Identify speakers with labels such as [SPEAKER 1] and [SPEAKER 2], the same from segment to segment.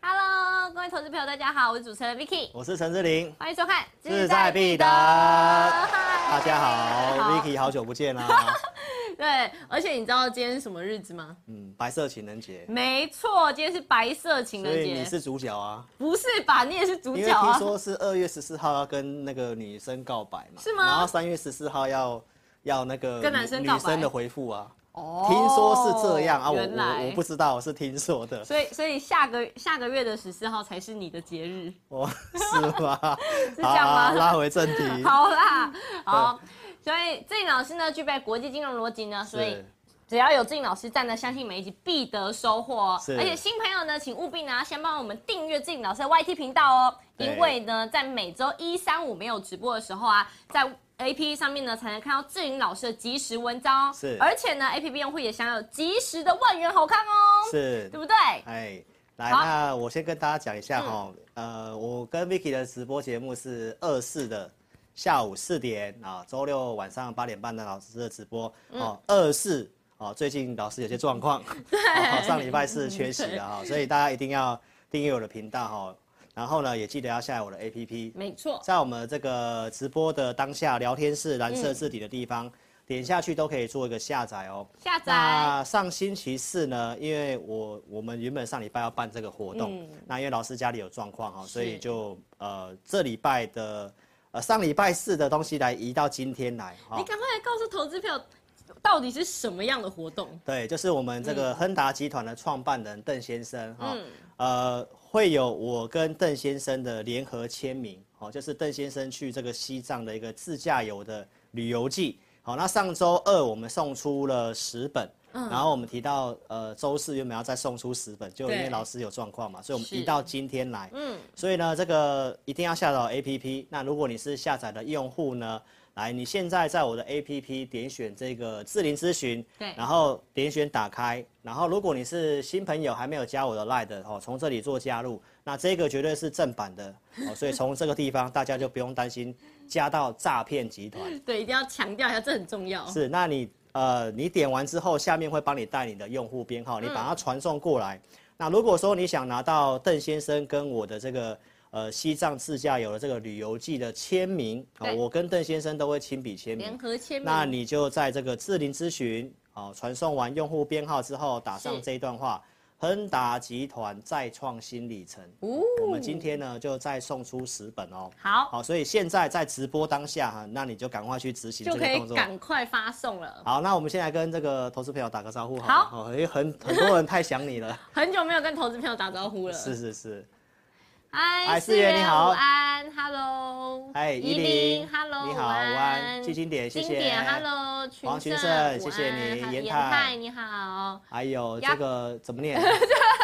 [SPEAKER 1] Hello，各位投资朋友，大家好，我是主持人 Vicky，
[SPEAKER 2] 我是陈志玲，
[SPEAKER 1] 欢迎收看《
[SPEAKER 2] 志在必得。
[SPEAKER 1] 嗨
[SPEAKER 2] 大家好
[SPEAKER 1] 好
[SPEAKER 2] ，Vicky，好久不见 啊啦。
[SPEAKER 1] 对，而且你知道今天是什么日子吗？
[SPEAKER 2] 嗯，白色情人节，
[SPEAKER 1] 没错，今天是白色情
[SPEAKER 2] 所
[SPEAKER 1] 人
[SPEAKER 2] 以你
[SPEAKER 1] 节，
[SPEAKER 2] 是主角啊，
[SPEAKER 1] 不是吧？你也是主
[SPEAKER 2] 因
[SPEAKER 1] 角
[SPEAKER 2] 为听
[SPEAKER 1] 啊？
[SPEAKER 2] 说是二月十四号要跟那个女生告白嘛，
[SPEAKER 1] 是吗
[SPEAKER 2] 然后三月十四号要要那个
[SPEAKER 1] 跟
[SPEAKER 2] 女
[SPEAKER 1] 男生告白
[SPEAKER 2] 女生的回复啊，
[SPEAKER 1] 哦
[SPEAKER 2] 听说是这样啊，我
[SPEAKER 1] 原来
[SPEAKER 2] 我我不。知道，我是听说的，
[SPEAKER 1] 所以，所以下个下个月的十四号才是你的节日，
[SPEAKER 2] 我哦是吗？
[SPEAKER 1] 是这样吗
[SPEAKER 2] 好啊拉回正题，
[SPEAKER 1] 好啦，
[SPEAKER 2] 嗯
[SPEAKER 1] 好。所以，志颖老师呢具备国际金融逻辑呢，所以
[SPEAKER 2] 是
[SPEAKER 1] 只要有志颖老师站呢，相信每一集必得收获哦。
[SPEAKER 2] 是
[SPEAKER 1] 而且新朋友呢，请务必呢先帮我们订阅志颖老师的 YT 频道哦，
[SPEAKER 2] 对
[SPEAKER 1] 因为呢，在每周一、三、五没有直播的时候啊，在 A P P 上面呢，才能看到志颖老师的即时文章哦。
[SPEAKER 2] 是
[SPEAKER 1] 而且呢，A P P 用户也享有即时的万元好看哦，
[SPEAKER 2] 是
[SPEAKER 1] 对不对？
[SPEAKER 2] 哎，来，
[SPEAKER 1] 好
[SPEAKER 2] 那我先跟大家讲一下哈、呃，我跟 Vicky 的直播节目是二四的下午四点啊，周六晚上八点半的老师的直播哦，二四哦，最近老师有些状况，哦上礼拜四缺席了哈、所以大家一定要订阅我的频道哈、然后呢也记得要下载我的 APP，
[SPEAKER 1] 没错，
[SPEAKER 2] 在我们这个直播的当下聊天室蓝色字体的地方、点下去都可以做一个下载哦。
[SPEAKER 1] 下载
[SPEAKER 2] 那上星期四呢，因为我我们原本上礼拜要办这个活动，
[SPEAKER 1] 嗯
[SPEAKER 2] 那因为老师家里有状况哈，
[SPEAKER 1] 是
[SPEAKER 2] 所以就呃这礼拜的呃上礼拜四的东西来移到今天来哦哈。
[SPEAKER 1] 你赶快来告诉投资票，到底是什么样的活动？
[SPEAKER 2] 对，就是我们这个亨达集团的创办人邓先生哈、
[SPEAKER 1] 嗯
[SPEAKER 2] 呃，会有我跟邓先生的联合签名，好、就是邓先生去这个西藏的一个自驾游的旅游记。好，那上周二我们送出了十本，
[SPEAKER 1] 嗯
[SPEAKER 2] 然后我们提到呃周四原本要再送出十本，就因为
[SPEAKER 1] 对
[SPEAKER 2] 老师有状况嘛，所以我们
[SPEAKER 1] 是
[SPEAKER 2] 移到今天来。
[SPEAKER 1] 嗯，
[SPEAKER 2] 所以呢，这个一定要下载我 APP。那如果你是下载的用户呢，来，你现在在我的 APP 点选这个智林咨询，
[SPEAKER 1] 对
[SPEAKER 2] 然后点选打开，然后如果你是新朋友还没有加我的 Line 的哦，从这里做加入，那这个绝对是正版的哦，所以从这个地方大家就不用担心加到诈骗集团。
[SPEAKER 1] 对，一定要强调一下，这很重要。
[SPEAKER 2] 是，那你呃，你点完之后，下面会帮你带你的用户编
[SPEAKER 1] 嗯
[SPEAKER 2] 号，你把它传送过来。那如果说你想拿到邓先生跟我的这个呃西藏自驾游的这个旅游记的签名，啊、
[SPEAKER 1] 对
[SPEAKER 2] 我跟邓先生都会亲笔签
[SPEAKER 1] 联
[SPEAKER 2] 名。
[SPEAKER 1] 合签名。
[SPEAKER 2] 那你就在这个智林咨询，哦，传送完用户编号之后，打上
[SPEAKER 1] 是
[SPEAKER 2] 这一段话。亨达集团再创新里程，
[SPEAKER 1] 哦
[SPEAKER 2] 我们今天呢就再送出十本哦。
[SPEAKER 1] 好，
[SPEAKER 2] 好，所以现在在直播当下哈，那你就赶快去执行
[SPEAKER 1] 就
[SPEAKER 2] 这
[SPEAKER 1] 可
[SPEAKER 2] 个
[SPEAKER 1] 以
[SPEAKER 2] 动作。
[SPEAKER 1] 赶快发送了。
[SPEAKER 2] 好，那我们先来跟这个投资朋友打个招呼好了，
[SPEAKER 1] 好
[SPEAKER 2] 哦，因为很很多人太想你 了，
[SPEAKER 1] 很久没有跟投资朋友打招呼了。
[SPEAKER 2] 是，是是，
[SPEAKER 1] 嗨，
[SPEAKER 2] 哎
[SPEAKER 1] 四
[SPEAKER 2] 思源
[SPEAKER 1] 月
[SPEAKER 2] 你好
[SPEAKER 1] 午安，Hello，
[SPEAKER 2] 哎，依林
[SPEAKER 1] ，Hello，
[SPEAKER 2] 你好，午安，基金点，谢
[SPEAKER 1] 经
[SPEAKER 2] 谢，
[SPEAKER 1] 典，Hello，群
[SPEAKER 2] 王群
[SPEAKER 1] 胜
[SPEAKER 2] 胜谢谢你
[SPEAKER 1] 午安
[SPEAKER 2] 严
[SPEAKER 1] 严
[SPEAKER 2] 泰
[SPEAKER 1] 泰，你 好，
[SPEAKER 2] 还有
[SPEAKER 1] 呀
[SPEAKER 2] 哎这个怎 么念？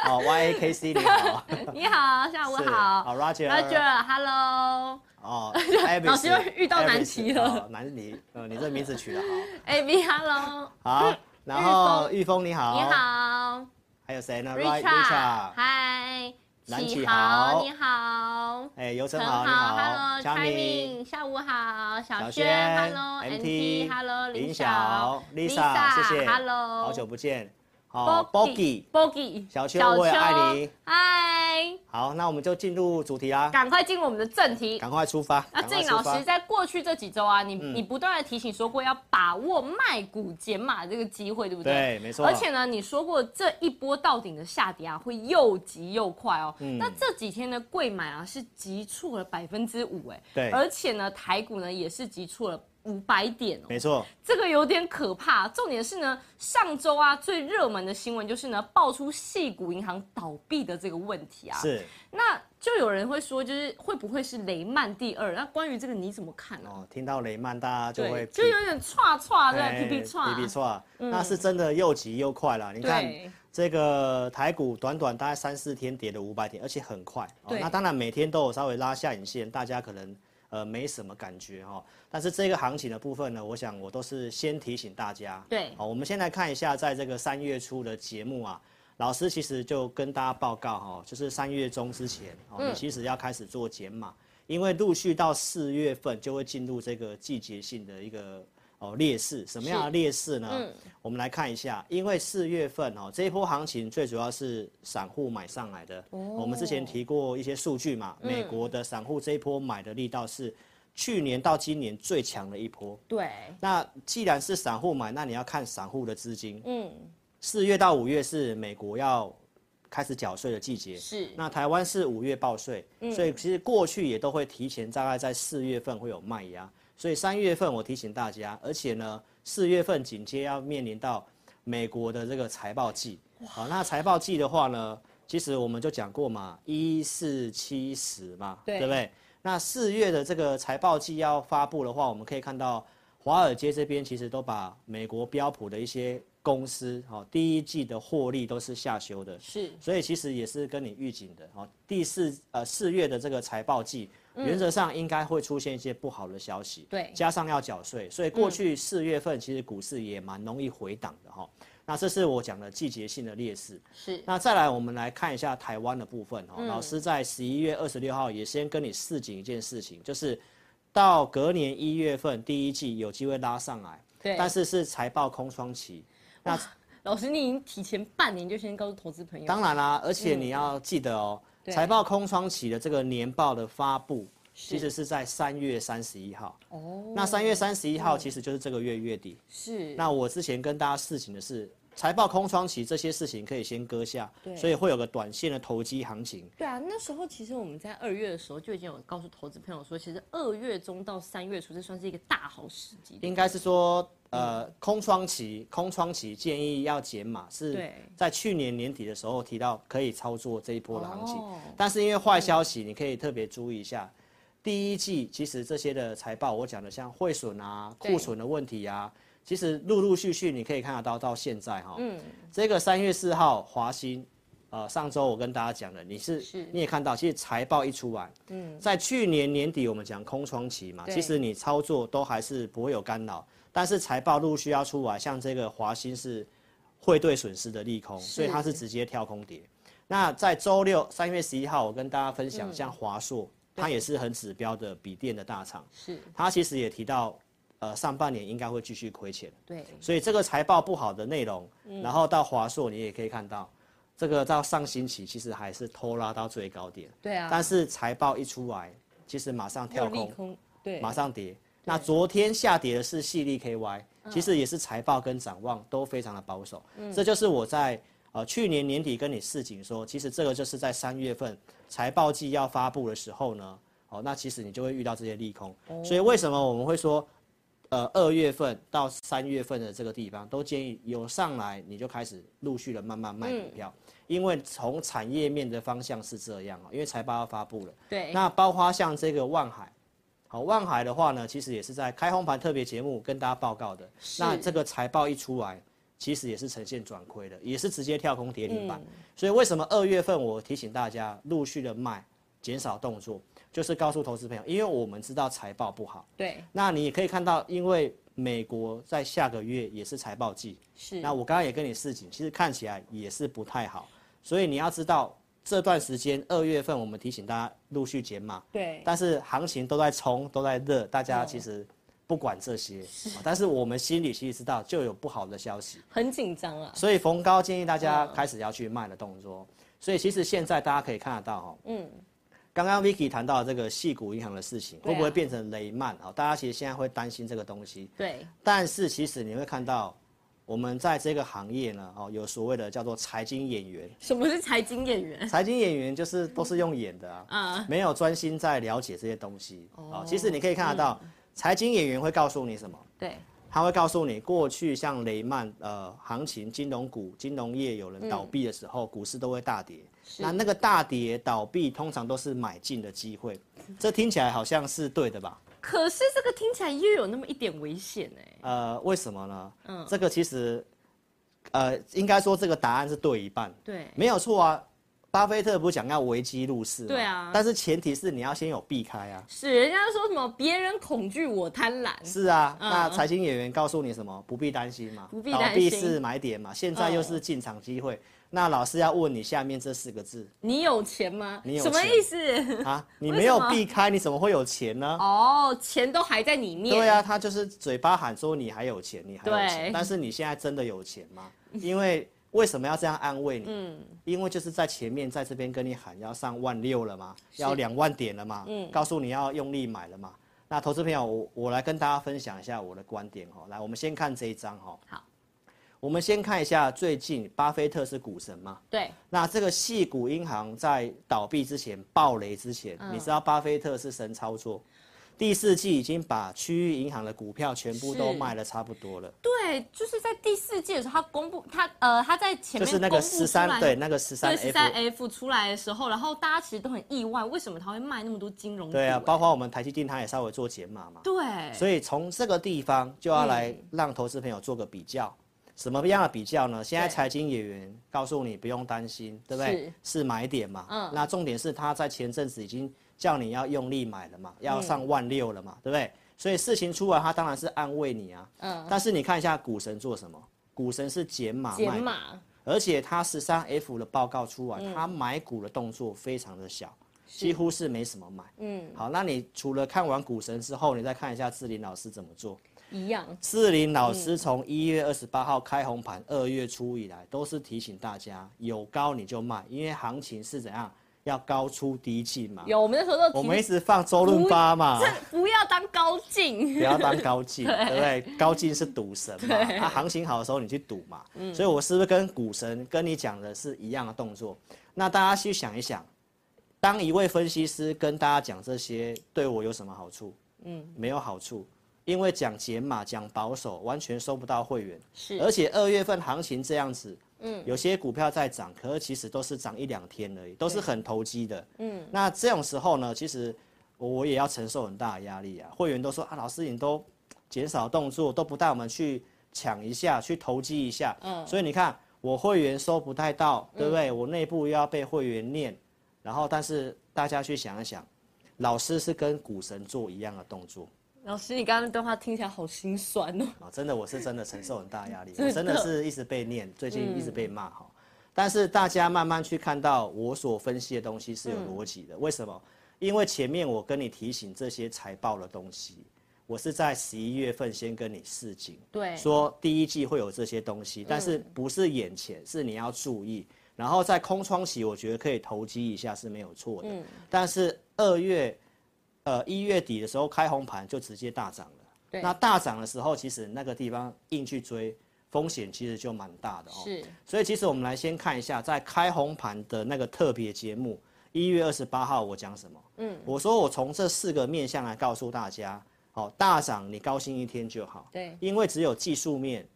[SPEAKER 2] 哦，Y A K C，你好，
[SPEAKER 1] 你好，下午
[SPEAKER 2] 是
[SPEAKER 1] 好
[SPEAKER 2] 好，Roger，
[SPEAKER 1] ，Roger，Hello，
[SPEAKER 2] 哦 Avis，
[SPEAKER 1] 老师又遇到难题了
[SPEAKER 2] Avis，哦难题，呃，你这名字取得
[SPEAKER 1] a b h e l l o
[SPEAKER 2] 好，好，然后
[SPEAKER 1] 玉
[SPEAKER 2] 玉峰你好，
[SPEAKER 1] 你，好
[SPEAKER 2] 还有谁呢？Right
[SPEAKER 1] ，Richard，
[SPEAKER 2] Richard，
[SPEAKER 1] 嗨，
[SPEAKER 2] 蓝
[SPEAKER 1] 启
[SPEAKER 2] 启
[SPEAKER 1] 豪，
[SPEAKER 2] 豪
[SPEAKER 1] 你好。
[SPEAKER 2] 哎，尤成
[SPEAKER 1] 很
[SPEAKER 2] 豪你
[SPEAKER 1] ，Hello，
[SPEAKER 2] 好，佳明。
[SPEAKER 1] Charming，下午好，小
[SPEAKER 2] 小
[SPEAKER 1] 轩
[SPEAKER 2] 轩
[SPEAKER 1] ，Hello
[SPEAKER 2] MT
[SPEAKER 1] ，MT，Hello，
[SPEAKER 2] 林
[SPEAKER 1] 晓
[SPEAKER 2] 晓，Lisa，谢谢
[SPEAKER 1] ，Hello，
[SPEAKER 2] 好久不见。好 b o g y
[SPEAKER 1] Bogi，
[SPEAKER 2] 小轩我也爱你
[SPEAKER 1] 嗨，
[SPEAKER 2] 好，那我们就进入主题啦，
[SPEAKER 1] 赶快进入我们的正题。
[SPEAKER 2] 赶快出发。
[SPEAKER 1] 那
[SPEAKER 2] 赶
[SPEAKER 1] 志
[SPEAKER 2] 快
[SPEAKER 1] 颖
[SPEAKER 2] 出
[SPEAKER 1] 老
[SPEAKER 2] 发
[SPEAKER 1] 师，在过去这几周啊，你
[SPEAKER 2] 嗯
[SPEAKER 1] 你不断的提醒说过要把握卖股减码这个机会，对不对？
[SPEAKER 2] 对，没错。
[SPEAKER 1] 而且呢，你说过这一波到顶的下跌啊，会又急又快哦。
[SPEAKER 2] 嗯
[SPEAKER 1] 那这几天的贵买啊是急挫了百分之五，哎，
[SPEAKER 2] 对
[SPEAKER 1] 而且呢，台股呢也是急挫了五百点哦，
[SPEAKER 2] 没错，
[SPEAKER 1] 这个有点可怕。啊重点是呢，上周啊最热门的新闻就是呢爆出系股银行倒闭的这个问题啊。，
[SPEAKER 2] 是
[SPEAKER 1] 那就有人会说，就是会不会是雷曼第二？那关于这个你怎么看呢、
[SPEAKER 2] 哦，听到雷曼大家就
[SPEAKER 1] 对，
[SPEAKER 2] 会
[SPEAKER 1] 就有点歘歘
[SPEAKER 2] 哎
[SPEAKER 1] 对，皮皮歘，
[SPEAKER 2] 皮皮错，那是真的又急又快了。你看
[SPEAKER 1] 对
[SPEAKER 2] 这个台股短短大概三四天跌了五百点，而且很快。哦
[SPEAKER 1] 对
[SPEAKER 2] 那当然每天都有稍微拉下影线，大家可能呃没什么感觉哈、哦。但是这个行情的部分呢，我想我都是先提醒大家。哦
[SPEAKER 1] 对
[SPEAKER 2] 好、我们先来看一下，在这个三月初的节目啊，老师其实就跟大家报告哈、哦，就是三月中之前哦，
[SPEAKER 1] 嗯
[SPEAKER 2] 你其实要开始做减码，因为陆续到四月份就会进入这个季节性的一个哦劣势。什么样的劣势呢？
[SPEAKER 1] 嗯
[SPEAKER 2] 我们来看一下，因为四月份哦，这一波行情最主要是散户买上来的。我们之前提过一些数据嘛，美国的散户这一波买的力道是去年到今年最强的一波。
[SPEAKER 1] 对，
[SPEAKER 2] 那既然是散户买，那你要看散户的资金。
[SPEAKER 1] 嗯，
[SPEAKER 2] 四月到五月是美国要开始缴税的季节，
[SPEAKER 1] 是嗯
[SPEAKER 2] 那台湾是五月报税，所以其实过去也都会提前，大概在四月份会有卖压，所以三月份我提醒大家，而且呢，四月份紧接要面临到美国的这个财报季。好，那财报季的话呢，其实我们就讲过嘛，一四七十嘛，
[SPEAKER 1] 对
[SPEAKER 2] 不对？那四月的这个财报季要发布的话，我们可以看到华尔街这边其实都把美国标普的一些公司，好、第一季的获利都是下修的，
[SPEAKER 1] 是
[SPEAKER 2] 所以其实也是跟你预警的哦。第四呃四月的这个财报季，原则上应该会出现一些不好的消息，
[SPEAKER 1] 嗯对嗯
[SPEAKER 2] 加上要缴税，所以过去四月份其实股市也蛮容易回档的哈、哦。那这是我讲的季节性的劣势。
[SPEAKER 1] 是，
[SPEAKER 2] 那再来，我们来看一下台湾的部分
[SPEAKER 1] 嗯
[SPEAKER 2] 哦。老师在十一月二十六号也先跟你示警一件事情，就是到隔年一月份第一季有机会拉上来，
[SPEAKER 1] 对。
[SPEAKER 2] 但是是财报空窗期。
[SPEAKER 1] 老师，你已经提前半年就先告诉投资朋友，
[SPEAKER 2] 当然啦、而且你要记得
[SPEAKER 1] 嗯
[SPEAKER 2] 哦，财报空窗期的这个年报的发布，其实是在三月三十一号。
[SPEAKER 1] 哦，
[SPEAKER 2] 那三月三十一号其实就是这个月月底。
[SPEAKER 1] 是
[SPEAKER 2] 那我之前跟大家事情的是。财报空窗期这些事情可以先搁下，所以会有个短线的投机行情。
[SPEAKER 1] 对啊，那时候其实我们在二月的时候就已经有告诉投资朋友说，其实二月中到三月初这算是一个大好时机。
[SPEAKER 2] 应该是说，呃，
[SPEAKER 1] 嗯
[SPEAKER 2] 空窗期，空窗期建议要减码，是
[SPEAKER 1] 对
[SPEAKER 2] 在去年年底的时候提到可以操作这一波的行情，
[SPEAKER 1] 哦
[SPEAKER 2] 但是因为坏消息，你可以特别注意一下。第一季其实这些的财报，我讲的像汇损啊、
[SPEAKER 1] 对
[SPEAKER 2] 库存的问题啊，其实陆陆续续你可以看得到，到现在哈、
[SPEAKER 1] 嗯
[SPEAKER 2] 这个三月四号华兴，呃，上周我跟大家讲的，你是
[SPEAKER 1] 是嗯
[SPEAKER 2] 你也看到，其实财报一出来，在去年年底我们讲空窗期嘛，
[SPEAKER 1] 对
[SPEAKER 2] 其实你操作都还是不会有干扰，但是财报陆续要出来，像这个华兴是汇兑损失的利空，所以它是直接跳空跌。那在周六三月十一号，我跟大家分
[SPEAKER 1] 嗯
[SPEAKER 2] 享，像华硕，它也是很指标的笔电的大厂，
[SPEAKER 1] 是，
[SPEAKER 2] 它其实也提到，呃，上半年应该会继续亏钱。
[SPEAKER 1] 对，
[SPEAKER 2] 所以这个财报不好的内容，
[SPEAKER 1] 嗯
[SPEAKER 2] 然后到华硕你也可以看到，这个到上星期其实还是偷拉到最高点，
[SPEAKER 1] 对啊，
[SPEAKER 2] 但是财报一出来，其实马上跳
[SPEAKER 1] 又利
[SPEAKER 2] 空，
[SPEAKER 1] 空，对，嗯
[SPEAKER 2] 马上跌。那昨天下跌的是细粒 KY，其实也是财报跟展望都非常的保守，这就是我在呃去年年底跟你示警说，其实这个就是在三月份财报季要发布的时候呢，哦，那其实你就会遇到这些利空，
[SPEAKER 1] 哦
[SPEAKER 2] 所以为什么我们会说，呃，二月份到三月份的这个地方都建议有上来你就开始陆续的慢慢卖股票，
[SPEAKER 1] 嗯
[SPEAKER 2] 因为从产业面的方向是这样啊，因为财报要发布了。
[SPEAKER 1] 对，
[SPEAKER 2] 那包括像这个万海，好，万海的话呢，其实也是在开红盘特别节目跟大家报告的。那这个财报一出来，其实也是呈现转亏的，也是直接跳空跌停板。所以为什么二月份我提醒大家陆续的卖，减少动作，就是告诉投资朋友，因为我们知道财报不好。
[SPEAKER 1] 对，
[SPEAKER 2] 那你也可以看到，因为美国在下个月也是财报季，
[SPEAKER 1] 是，
[SPEAKER 2] 那我刚刚也跟你示警，其实看起来也是不太好，所以你要知道这段时间二月份我们提醒大家陆续减码，
[SPEAKER 1] 对，
[SPEAKER 2] 但是行情都在冲，都在热，大家其实不管这些，啊但是我们心里其实知道就有不好的消息，
[SPEAKER 1] 很紧张啊，嗯
[SPEAKER 2] 所以逢高建议大家开始要去卖的动作。所以其实现在大家可以看得到哈，嗯，刚刚 Vicky 谈到这个细股银行的事情，
[SPEAKER 1] 对啊
[SPEAKER 2] 会不会变成雷曼啊？大家其实现在会担心这个东西，
[SPEAKER 1] 对，
[SPEAKER 2] 但是其实你会看到，我们在这个行业呢，哦，有所谓的叫做财经演员。
[SPEAKER 1] 什么是财经演员？
[SPEAKER 2] 财经演员就是都是用演的啊，没有专心在了解这些东西啊、哦其实你可以看得到，财经演员会告诉你什么？
[SPEAKER 1] 对，
[SPEAKER 2] 他会告诉你，过去像雷曼呃行情、金融股、金融业有人倒闭的时候，股市都会大跌。那那个大跌倒闭，通常都是买进的机会。这听起来好像是对的吧？
[SPEAKER 1] 可是这个听起来又有那么一点危险哎、
[SPEAKER 2] 呃，为什么呢？这个其实，呃，应该说这个答案是对一半，
[SPEAKER 1] 对，
[SPEAKER 2] 没有错啊。巴菲特不是讲要危机入市吗？
[SPEAKER 1] 对啊
[SPEAKER 2] 但是前提是你要先有避开啊。
[SPEAKER 1] 是人家说什么别人恐惧我贪婪，
[SPEAKER 2] 是啊，
[SPEAKER 1] 嗯
[SPEAKER 2] 那财经演员告诉你什么？不必担心嘛，
[SPEAKER 1] 不必
[SPEAKER 2] 倒
[SPEAKER 1] 担
[SPEAKER 2] 闭
[SPEAKER 1] 心嗯
[SPEAKER 2] 是买点嘛，现在又是进场机会。那老师要问你下面这四个字
[SPEAKER 1] 你有钱吗？
[SPEAKER 2] 你有
[SPEAKER 1] 什么
[SPEAKER 2] 钱
[SPEAKER 1] 意思？
[SPEAKER 2] 啊，你
[SPEAKER 1] 为
[SPEAKER 2] 没有
[SPEAKER 1] 什么
[SPEAKER 2] 避开，你怎么会有钱呢？
[SPEAKER 1] 哦，钱都还在里面。
[SPEAKER 2] 对啊，，他就是嘴巴喊说你还有钱，你还有钱
[SPEAKER 1] 对，
[SPEAKER 2] 但是你现在真的有钱吗？因为为什么要这样安慰你？
[SPEAKER 1] 嗯，
[SPEAKER 2] 因为就是在前面在这边跟你喊要上万六了嘛，要两万点了嘛，
[SPEAKER 1] 嗯
[SPEAKER 2] 告诉你要用力买了嘛。那投资朋友，我我来跟大家分享一下我的观点哈、来，我们先看这一张哈、
[SPEAKER 1] 好，
[SPEAKER 2] 我们先看一下最近巴菲特是股神嘛？
[SPEAKER 1] 对，
[SPEAKER 2] 那这个系股银行在倒闭之前、暴雷之前，
[SPEAKER 1] 嗯
[SPEAKER 2] 你知道巴菲特是神操作，第四季已经把区域银行的股票全部都
[SPEAKER 1] 是
[SPEAKER 2] 卖的差不多了，
[SPEAKER 1] 对，就是在第四季的时候，他公布他呃他在前面
[SPEAKER 2] 就是那
[SPEAKER 1] 公
[SPEAKER 2] 个
[SPEAKER 1] 布出
[SPEAKER 2] 十
[SPEAKER 1] 来
[SPEAKER 2] 三对那个十
[SPEAKER 1] 对
[SPEAKER 2] 三
[SPEAKER 1] 十三
[SPEAKER 2] F。
[SPEAKER 1] F 出来的时候，然后大家其实都很意外，为什么他会卖那么多金融股？
[SPEAKER 2] 对啊，
[SPEAKER 1] 哎
[SPEAKER 2] 包括我们台积电，它也稍微做减码嘛，
[SPEAKER 1] 对，嗯
[SPEAKER 2] 所以从这个地方就要来让投资朋友做个比较，什么样的比较呢？现在
[SPEAKER 1] 对
[SPEAKER 2] 财经演员告诉你不用担心，对不对？是买点嘛，
[SPEAKER 1] 嗯
[SPEAKER 2] 那重点是他在前阵子已经叫你要用力买了嘛，
[SPEAKER 1] 嗯
[SPEAKER 2] 要上万六了嘛，对不对？所以事情出来，他当然是安慰你啊。
[SPEAKER 1] 嗯
[SPEAKER 2] 但是你看一下股神做什么？股神是减码卖
[SPEAKER 1] 减
[SPEAKER 2] 的，
[SPEAKER 1] 码
[SPEAKER 2] 而且他十三 F 的报告出来，他买股的动作非常的小，几乎是没什么买。嗯，好，那你除了看完股神之后，你再看一下志林老师怎么做。
[SPEAKER 1] 一样，
[SPEAKER 2] 志林老师从一月二十八号开红盘，二月初以来都是提醒大家，有高你就卖，因为行情是怎样，要高出低进嘛。
[SPEAKER 1] 有我们那时候都提
[SPEAKER 2] 我们一直放周润发嘛。
[SPEAKER 1] 不要当高 进，
[SPEAKER 2] 不要当高进，对不对？高进是赌神嘛，啊，行情好的时候你去赌嘛。所以我是不是跟股神跟你讲的是一样的动作？那大家去想一想，当一位分析师跟大家讲这些，对我有什么好处？嗯，没有好处，因为讲减码、讲保守，完全收不到会员。
[SPEAKER 1] 是
[SPEAKER 2] 而且二月份行情这样子，嗯，有些股票在涨，可是其实都是涨一两天而已，都是很投机的，嗯。那这种时候呢，其实我也要承受很大的压力啊。会员都说啊，老师你都减少动作，都不带我们去抢一下，去投机一下，嗯。所以你看，我会员收不太到，对不对？我内部又要被会员念，然后但是大家去想一想，老师是跟股神做一样的动作。
[SPEAKER 1] 老师，你刚刚那段话听起来好心酸哦。
[SPEAKER 2] 啊，真的我是真的承受很大压力，
[SPEAKER 1] 真
[SPEAKER 2] 我
[SPEAKER 1] 的
[SPEAKER 2] 真的是一直被念，最近一直被骂哈。但是大家慢慢去看到我所分析的东西是有逻辑的，为什么？因为前面我跟你提醒这些财报的东西，我是在十一月份先跟你示警，
[SPEAKER 1] 对嗯
[SPEAKER 2] 说第一季会有这些东西，但是不是眼前，是你要注意。然后在空窗期，我觉得可以投机一下是没有错的。
[SPEAKER 1] 嗯
[SPEAKER 2] 但是二月，呃一月底的时候开红盘就直接大涨了。那大涨的时候，其实那个地方硬去追，风险其实就蛮大的哦。
[SPEAKER 1] 是，
[SPEAKER 2] 所以其实我们来先看一下，在开红盘的那个特别节目，一月二十八号我讲什么？嗯，我说我从这四个面向来告诉大家，哦，大涨你高兴一天就好，
[SPEAKER 1] 对，
[SPEAKER 2] 因为只有技术面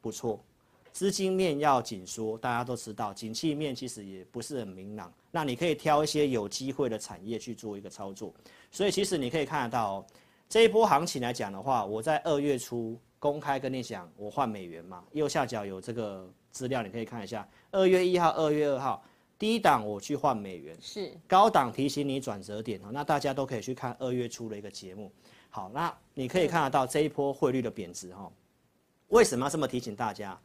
[SPEAKER 2] 不错，资金面要紧缩，大家都知道，景气面其实也不是很明朗，那你可以挑一些有机会的产业去做一个操作，所以其实你可以看得到哦，这一波行情来讲的话，我在二月初公开跟你讲，我换美元嘛，右下角有这个资料，你可以看一下。二月一号、二月二号，低档我去换美元，
[SPEAKER 1] 是
[SPEAKER 2] 高档提醒你转折点哦。那大家都可以去看二月初的一个节目。好，那你可以看得到这一波汇率的贬值哈、哦。为什么要这么提醒大家？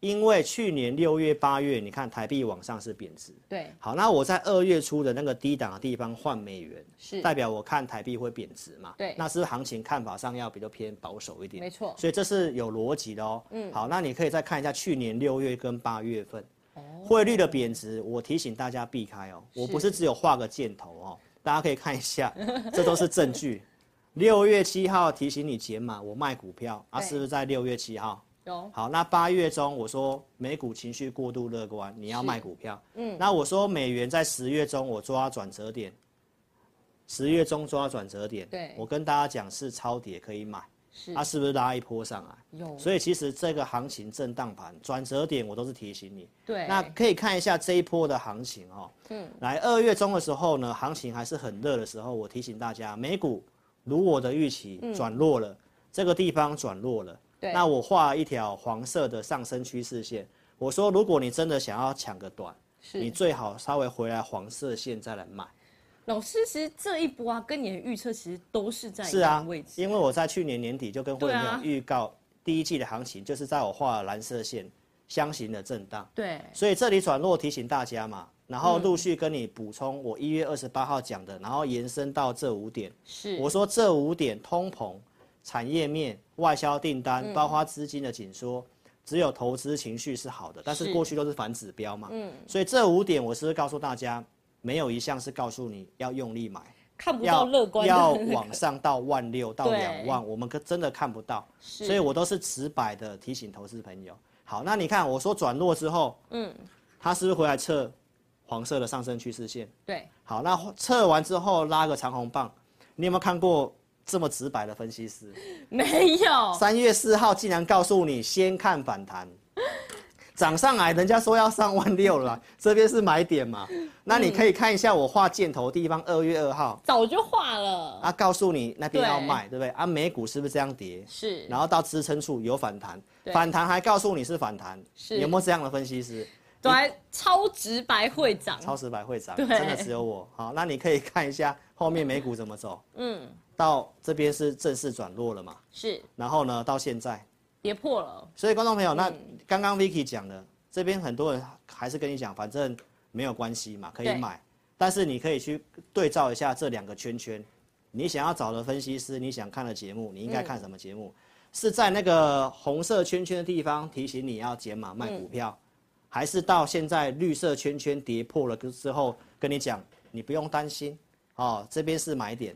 [SPEAKER 2] 因为去年六月、八月，你看台币往上是贬值。
[SPEAKER 1] 对，
[SPEAKER 2] 好，那我在二月初的那个低档的地方换美元，
[SPEAKER 1] 是
[SPEAKER 2] 代表我看台币会贬值嘛？
[SPEAKER 1] 对
[SPEAKER 2] 那是不是行情看法上要比较偏保守一点。
[SPEAKER 1] 没错
[SPEAKER 2] 所以这是有逻辑的哦。嗯，好，那你可以再看一下去年六月跟八月份，汇率的贬值，我提醒大家避开哦。我不是只有画个箭头哦，大家可以看一下， 这都是证据。六月七号提醒你减码，我卖股票啊，
[SPEAKER 1] 对
[SPEAKER 2] 是不是在六月七号？
[SPEAKER 1] 有
[SPEAKER 2] 好，那八月中我说美股情绪过度乐观，你要卖股票。嗯，那我说美元在十月中我抓转折点，十月中抓转折点，
[SPEAKER 1] 对
[SPEAKER 2] 我跟大家讲是超跌可以买，
[SPEAKER 1] 是哦
[SPEAKER 2] 它、是不是拉一波上来？
[SPEAKER 1] 有，
[SPEAKER 2] 所以其实这个行情震荡盘转折点，我都是提醒你。
[SPEAKER 1] 对，
[SPEAKER 2] 那可以看一下这一波的行情哦。
[SPEAKER 1] 嗯
[SPEAKER 2] 嗯，来二月中的时候呢，行情还是很热的时候，我提醒大家，美股如我的预期转弱了，这个地方转弱了。
[SPEAKER 1] 嗯对
[SPEAKER 2] 那我画一条黄色的上升趋势线，我说如果你真的想要抢个短，你
[SPEAKER 1] 是
[SPEAKER 2] 最好稍微回来黄色线再来买。
[SPEAKER 1] 老师，其实这一波啊，跟你的预测其实都是在
[SPEAKER 2] 是
[SPEAKER 1] 一样
[SPEAKER 2] 啊
[SPEAKER 1] 的位，置，
[SPEAKER 2] 因为我在去年年底就跟会员
[SPEAKER 1] 对啊
[SPEAKER 2] 朋友预告第一季的行情，就是在我画的蓝色线箱型的震荡。
[SPEAKER 1] 对，
[SPEAKER 2] 所以这里转弱提醒大家嘛，
[SPEAKER 1] 嗯
[SPEAKER 2] 然后陆续跟你补充我一月二十八号讲的，然后延伸到这五点。
[SPEAKER 1] 是
[SPEAKER 2] 我说这五点通膨、产业面、外销订
[SPEAKER 1] 嗯
[SPEAKER 2] 单、包括资金的紧缩，只有投资情绪是好的，但
[SPEAKER 1] 是嗯
[SPEAKER 2] 是过去都是反指标嘛。所以这五点我是不是告诉大家，没有一项是告诉你要用力买，
[SPEAKER 1] 看不到
[SPEAKER 2] 要
[SPEAKER 1] 乐观的
[SPEAKER 2] 要
[SPEAKER 1] 那个
[SPEAKER 2] 往上到万六到
[SPEAKER 1] 对
[SPEAKER 2] 两万，我们可真的看不到。
[SPEAKER 1] 是
[SPEAKER 2] 所以我都是直白的提醒投资朋友。好，那你看我说转弱之后，嗯，它是不是回来测黄色的上升趋势线？
[SPEAKER 1] 对
[SPEAKER 2] 好，那测完之后拉个长红棒，你有没有看过这么直白的分析师？
[SPEAKER 1] 没有，
[SPEAKER 2] 三月四号竟然告诉你先看 反弹，涨上来，人家说要上万六了，这边是买点嘛？那你可以看一下我画箭头地方，二月二号。
[SPEAKER 1] 早就化了，
[SPEAKER 2] 啊，告诉你那边要
[SPEAKER 1] 嗯对
[SPEAKER 2] 卖，对不对？啊，美股是不是这样跌？
[SPEAKER 1] 是，
[SPEAKER 2] 然后到支撑处有反弹
[SPEAKER 1] 对，
[SPEAKER 2] 反弹还告诉你是反弹，
[SPEAKER 1] 是
[SPEAKER 2] 有没有这样的分析师？
[SPEAKER 1] 对，超直白会长，
[SPEAKER 2] 超时百会长
[SPEAKER 1] 嗯对
[SPEAKER 2] 真的只有我。好，那你可以看一下后面美股怎么走。嗯，到这边是正式转弱了嘛？
[SPEAKER 1] 是
[SPEAKER 2] 然后呢，到现在，
[SPEAKER 1] 跌破了，
[SPEAKER 2] 所以观众朋友，那刚刚 Vicky 讲的，这边很多人还是跟你讲，反正没有关系嘛，可以
[SPEAKER 1] 对
[SPEAKER 2] 买。但是你可以去对照一下这两个圈圈，你想要找的分析师，你想看的节目，你应该看什么节目？是在那个红色圈圈的地方提醒你要减码卖股票，还是到现在绿色圈圈跌破了之后跟你讲，你不用担心哦，这边是买点，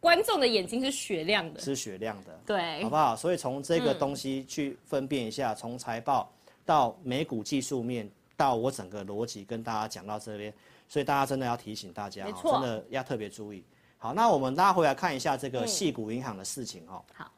[SPEAKER 1] 观众的眼睛是雪亮的，
[SPEAKER 2] 是雪亮的。
[SPEAKER 1] 对
[SPEAKER 2] 好不好？所以从这
[SPEAKER 1] 嗯
[SPEAKER 2] 个东西去分辨一下，从、财报到美股技术面，到我整个逻辑跟大家讲到这边，所以大家真的要提醒大家
[SPEAKER 1] 没
[SPEAKER 2] 哦，
[SPEAKER 1] 错
[SPEAKER 2] 真的要特别注意。好，那我们拉回来看一下这个细股银行的事情哦。
[SPEAKER 1] 嗯好，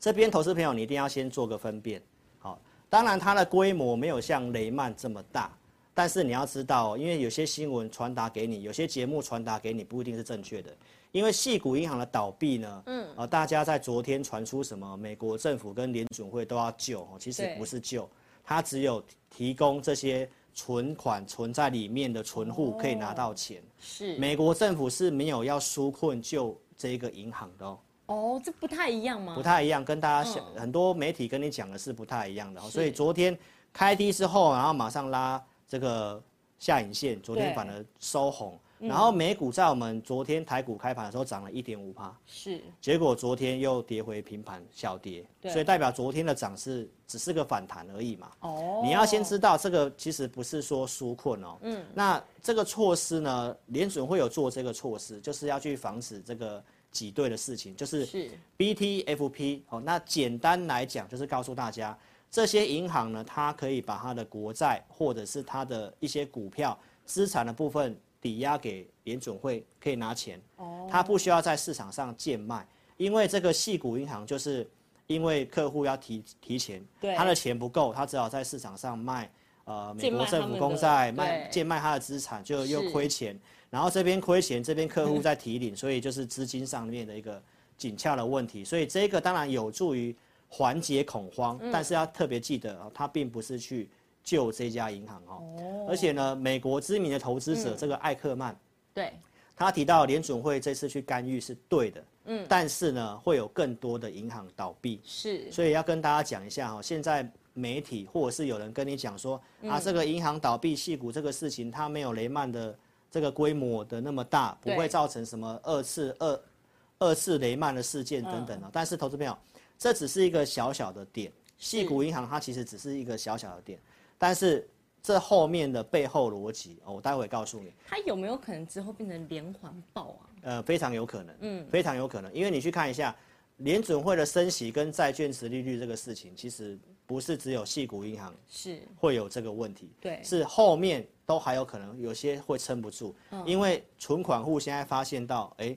[SPEAKER 2] 这边投资朋友你一定要先做个分辨。好，当然它的规模没有像雷曼这么大，但是你要知道哦，因为有些新闻传达给你，有些节目传达给你不一定是正确的。因为系股银行的倒闭呢，嗯，啊，大家在昨天传出什么美国政府跟联准会都要救，哦其实
[SPEAKER 1] 对
[SPEAKER 2] 不是救，它只有提供这些存款存在里面的存户可以拿到钱。
[SPEAKER 1] 哦是
[SPEAKER 2] 美国政府是没有要纾困救这个银行的哦，
[SPEAKER 1] 哦，这不太一样吗？
[SPEAKER 2] 不太一样，跟大家想、很多媒体跟你讲的是不太一样的哦，
[SPEAKER 1] 嗯是
[SPEAKER 2] 所以昨天开低之后，然后马上拉这个下影线，昨天
[SPEAKER 1] 对嗯
[SPEAKER 2] 反而收红，然后美股在我们昨天台股开盘的时候涨了一点五趴。
[SPEAKER 1] 是
[SPEAKER 2] 结果昨天又跌回平盘小跌，
[SPEAKER 1] 对
[SPEAKER 2] 所以代表昨天的涨是只是个反弹而已嘛。
[SPEAKER 1] 哦，
[SPEAKER 2] 你要先知道这个其实不是说纾困哦，嗯，那这个措施呢，联准会有做这个措施，就是要去防止这个挤兑的事情，就是
[SPEAKER 1] 是
[SPEAKER 2] BTFP 哦。那简单来讲就是告诉大家，这些银行呢，它可以把它的国债或者是它的一些股票资产的部分抵押给联准会，可以拿钱。
[SPEAKER 1] 哦，
[SPEAKER 2] 它不需要在市场上贱卖，因为这个系股银行就是因为客户要提提钱
[SPEAKER 1] 对，
[SPEAKER 2] 他的钱不够，他只好在市场上卖呃美
[SPEAKER 1] 贱卖
[SPEAKER 2] 国政
[SPEAKER 1] 他们
[SPEAKER 2] 府
[SPEAKER 1] 的
[SPEAKER 2] 公债，
[SPEAKER 1] 对
[SPEAKER 2] 卖贱卖他的资产，就是又亏钱，然后这边亏钱，这边 客户在提领，所以就是资金上面的一个紧俏的问题，所以这个当然有助于缓解恐慌，
[SPEAKER 1] 嗯
[SPEAKER 2] 但是要特别记得，哦它并不是去救这家银行哦，而且呢，美国知名的投资
[SPEAKER 1] 嗯
[SPEAKER 2] 者、这个艾克曼。
[SPEAKER 1] 对
[SPEAKER 2] 他提到联准会这次去干预是对的，嗯，但是呢，会有更多的银行倒闭，
[SPEAKER 1] 是
[SPEAKER 2] 所以要跟大家讲一下哈、现在媒体或者是有人跟你讲说、
[SPEAKER 1] 嗯
[SPEAKER 2] 啊，这个银行倒闭、系股这个事情，它没有雷曼的这个规模的那么大，不
[SPEAKER 1] 对
[SPEAKER 2] 会造成什么二次二二次雷曼的事件等
[SPEAKER 1] 嗯
[SPEAKER 2] 等啊。但是投资朋友，这只是一个小小的点，系股银行它其实只是一个小小的点，但是这后面的背后逻辑，哦我待会告诉你。
[SPEAKER 1] 它有没有可能之后变成连环爆啊？
[SPEAKER 2] 呃，非常有可能，嗯，非常有可能，因为你去看一下联准会的升息跟债券持利率这个事情，其实不是只有系股银行
[SPEAKER 1] 是
[SPEAKER 2] 会有这个问题，
[SPEAKER 1] 对
[SPEAKER 2] 是后
[SPEAKER 1] 嗯
[SPEAKER 2] 面都还有可能有些会撑不住，因为存款户现在发现到，哎、